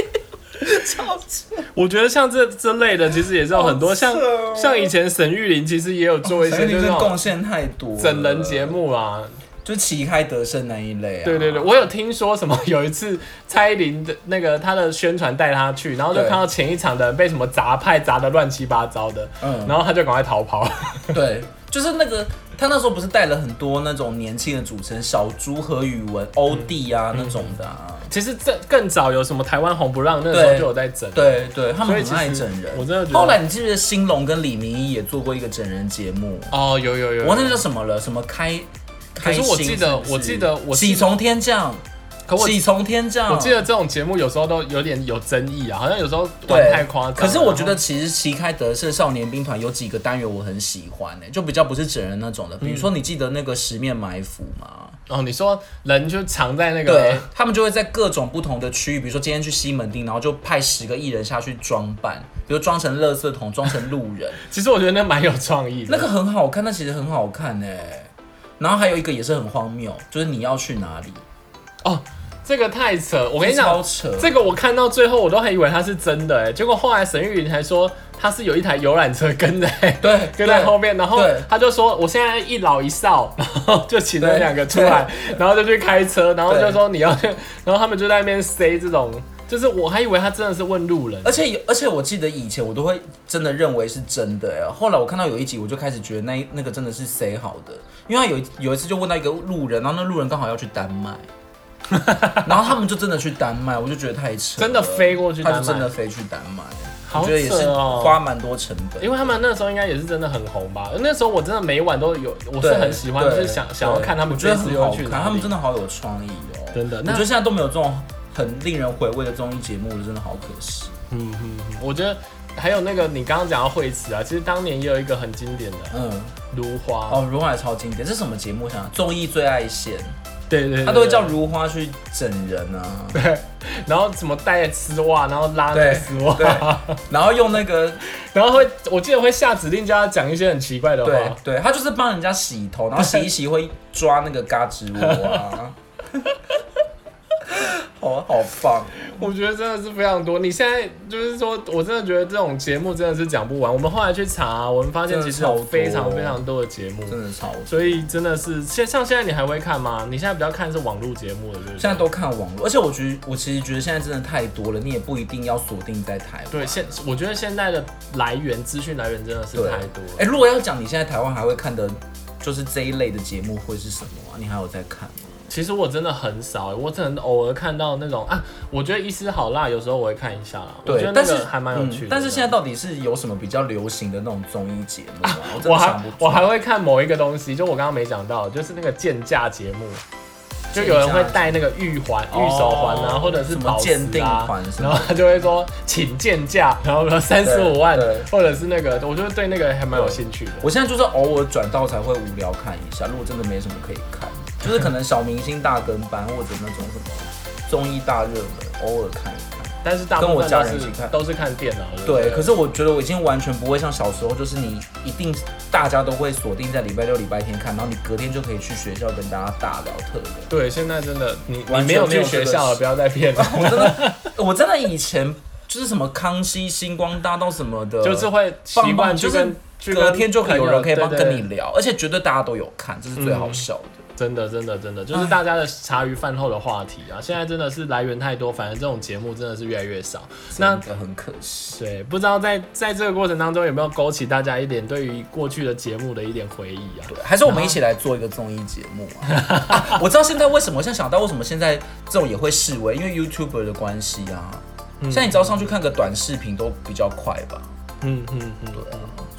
A: 超级
B: 我觉得像这这类的，其实也是有很多，
A: 好扯
B: 像
A: 哦
B: 像以前沈玉琳其实也有做一些就是
A: 是
B: 那
A: 贡
B: 种
A: 献太多，
B: 整人节，目啊。
A: 就旗开得胜那一类啊。
B: 对对对，我有听说什么有一次蔡依林的那个她的宣传带她去，然后就
A: 对
B: 看到前一场的人被什么砸派砸的乱七八糟的，
A: 嗯
B: 然后她就赶快逃跑。
A: 对，就是那个他那时候不是带了很多那种年轻的主持人，小猪和宇文、欧弟啊、那种的啊。
B: 其实这更早有什么台湾红不让，那个时候
A: 对
B: 就有在整。
A: 对对，他
B: 所
A: 们
B: 以其
A: 很
B: 实
A: 爱整人。
B: 我真的觉得
A: 后来你记不记得兴隆跟李明一也做过一个整人节目？
B: 哦，有有有，
A: 我忘记叫什么了，什么开。
B: 可是我记得
A: 开心是不是
B: 我记得我记得
A: 喜从天降，
B: 可我
A: 喜从天降。
B: 我记得这种节目有时候都有点有争议啊，好像有时候玩
A: 对
B: 太夸张。啊
A: 可是我觉得
B: 然后
A: 其实旗开得胜少年兵团有几个单元我很喜欢呢、就比较不是整人那种的，
B: 嗯
A: 比如说你记得那个十面埋伏吗？
B: 哦，你说人就藏在那
A: 对
B: 个，哎
A: 他们就会在各种不同的区域，比如说今天去西门町，然后就派十个艺人下去装扮，比如装成垃圾桶，装成路人，
B: 其实我觉得那蛮有创意的。
A: 那个很好看，那其实很好看哎、然后还有一个也是很荒谬，就是你要去哪里？
B: 哦，这个太扯，我
A: 我
B: 跟你
A: 超
B: 讲，
A: 扯，
B: 这个我看到最后我都还以为它是真的哎，结果后来沈玉琳还说他是有一台游览车跟在。
A: 对
B: 跟在后，面，然后
A: 对
B: 他就说：“我现在一老一少，然后就请那
A: 对
B: 两个出来， 然后就去开车，然后
A: 对
B: 就说你要去，然后他们就在那边塞这种，就是我还以为他真的是问路人
A: 对，而且有，而且我记得以前我都会真的认为是真的哎、后来我看到有一集，我就开始觉得那一那个真的是谁好的，因为他有一有一次就问到一个路人，然后那路人刚好要去丹 麦。然后他们就真的去丹麦，我就觉得太扯了，
B: 真的飞过去丹麦
A: 他就真的飞去丹麦，
B: 好
A: 我觉得也
B: 扯
A: 是
B: 哦
A: 花蛮多成本。
B: 因为他们那时候应该也是真的很红吧？那时候我真的每晚都有，我是很喜欢，就
A: 对
B: 是想
A: 对
B: 想要看他们
A: 我觉得
B: 这
A: 很
B: 次
A: 好
B: 又去
A: 看，
B: 哪
A: 他们
B: 里
A: 真。的好有创意哦，
B: 真的
A: 我
B: 那
A: 觉得现在都没有这种很令人回味的综艺节目了，真的好可惜。
B: 嗯嗯嗯，我觉得还有那个你刚刚讲到惠子啊，其实当年也有一个很经典的
A: 嗯，
B: 如花，
A: 哦，如花也超经典，这是什么节目？想想综艺最爱线，
B: 对对对
A: 他都会叫
B: 对
A: 如花去整人啊，
B: 然后什么带丝袜，然后拉那个丝
A: 对
B: 袜，
A: 然后用那 个，
B: 然后会我记得会下指令叫他讲一些很奇怪的
A: 对
B: 话。
A: 对，他就是帮人家洗头，然后洗一洗会抓那个嘎吱窝 啊，好好棒。
B: 我觉得真的是非常多。你现在就是说，我真的觉得这种节目真的是讲不完。我们后来去查、我们发现其实有非
A: 真的超
B: 常
A: 多
B: 非常多的节目。
A: 真的超多，
B: 所以真的是，现像现在你还会看吗？你现在比较看是网络节目了，对不对？
A: 现在都看网络，而且我觉得我其实觉得现在真的太多了，你也不一定要锁定在台湾。
B: 对现，我觉得现在的来源资讯来源真的是
A: 对
B: 太多
A: 哎、
B: 了。
A: 如果要讲你现在台湾还会看的，就是这一类的节目会是什么、啊？你还有在看吗？
B: 其实我真的很少、我只能偶尔看到那种啊，我觉得《医师好辣》有时候我会看一下啦，我觉得那
A: 但是
B: 个还蛮有趣
A: 嗯
B: 的、
A: 但是现在到底是有什么比较流行的那种综艺节目啊？我真
B: 我
A: 的
B: 还
A: 想不出
B: 我还会看某一个东西，就我刚刚没讲到，就是那个鉴价节目，就有人会戴那个玉环、
A: 哦
B: 玉手环啊，或者是
A: 什么
B: 宝石
A: 鉴定
B: 啊
A: 环，什么
B: 然后他就会说请鉴价，然后说三十五万
A: 对对，
B: 或者是那个，我就对那个还蛮有兴趣的。
A: 我现在就是偶尔转到才会无聊看一下，如果真的没什么可以看，就是可能小明星大跟班或者那种什么综艺大热门，偶尔看一看。
B: 但是大部
A: 跟
B: 分
A: 我
B: 都
A: 家人
B: 是
A: 一起看
B: 都是看电脑的。
A: 对，
B: 不
A: 可是我觉得我已经完全不会像小时候，就是你一定大家都会锁定在礼拜六、礼拜天看，然后你隔天就可以去学校跟大家大聊特 聊。
B: 对，现在真的你你
A: 完全
B: 没有
A: 没
B: 去
A: 有这
B: 学
A: 个
B: 校了，
A: 事
B: 不要再骗了。
A: 我真的，我真的以前就是什么康熙、星光大道什么的，
B: 就是会习
A: 棒棒
B: 惯
A: 呃就
B: 去
A: 是
B: 跟去
A: 隔
B: 跟
A: 天就可以有
B: 朋友
A: 人可以帮
B: 对对
A: 跟你聊，而且绝对大家都有看，这是最好笑的。
B: 真的，真的，真的，就是大家的茶余饭后的话题啊，现在真的是来源太多，反正这种节目真的是越来越少。那
A: 真的很可惜。
B: 对，不知道在在这个过程当中有没有勾起大家一点对于过去的节目的一点回忆啊？
A: 还是我们一起来做一个综艺节目啊！啊 我知道现在为什么，我现在想到为什么现在这种也会示威，因为 YouTuber 的关系啊。现在你只要上去看个短视频都比较快吧，
B: 嗯嗯嗯，对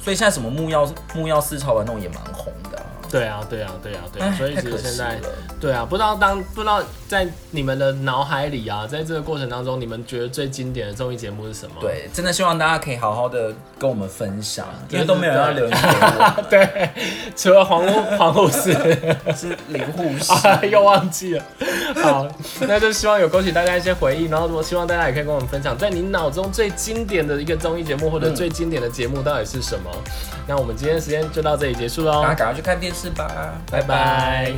A: 所以现在什么木曜木曜四超玩那种也蛮红的啊、
B: 对啊，对啊，对啊，对
A: 哎
B: 啊，所以
A: 太
B: 其实
A: 可
B: 现
A: 惜
B: 在
A: 了。
B: 对啊，不知道当不知道在你们的脑海里啊，在这个过程当中，你们觉得最经典的综艺节目是什么？，
A: 对，真的希望大家可以好好的跟我们分享，
B: 对
A: 因为都没有人要留言给 我，
B: 对，除了黄护黄护士。
A: 是零护士。
B: 啊， 又忘记了。好，那就希望有勾起大家一些回忆，然后我希望大家也可以跟我们分享，在你脑中最经典的一个综艺节目或者最经典的节目到底是什么？那我们今天时间就到这里结束喽
A: 大，家赶快去看电视吧，
B: 拜拜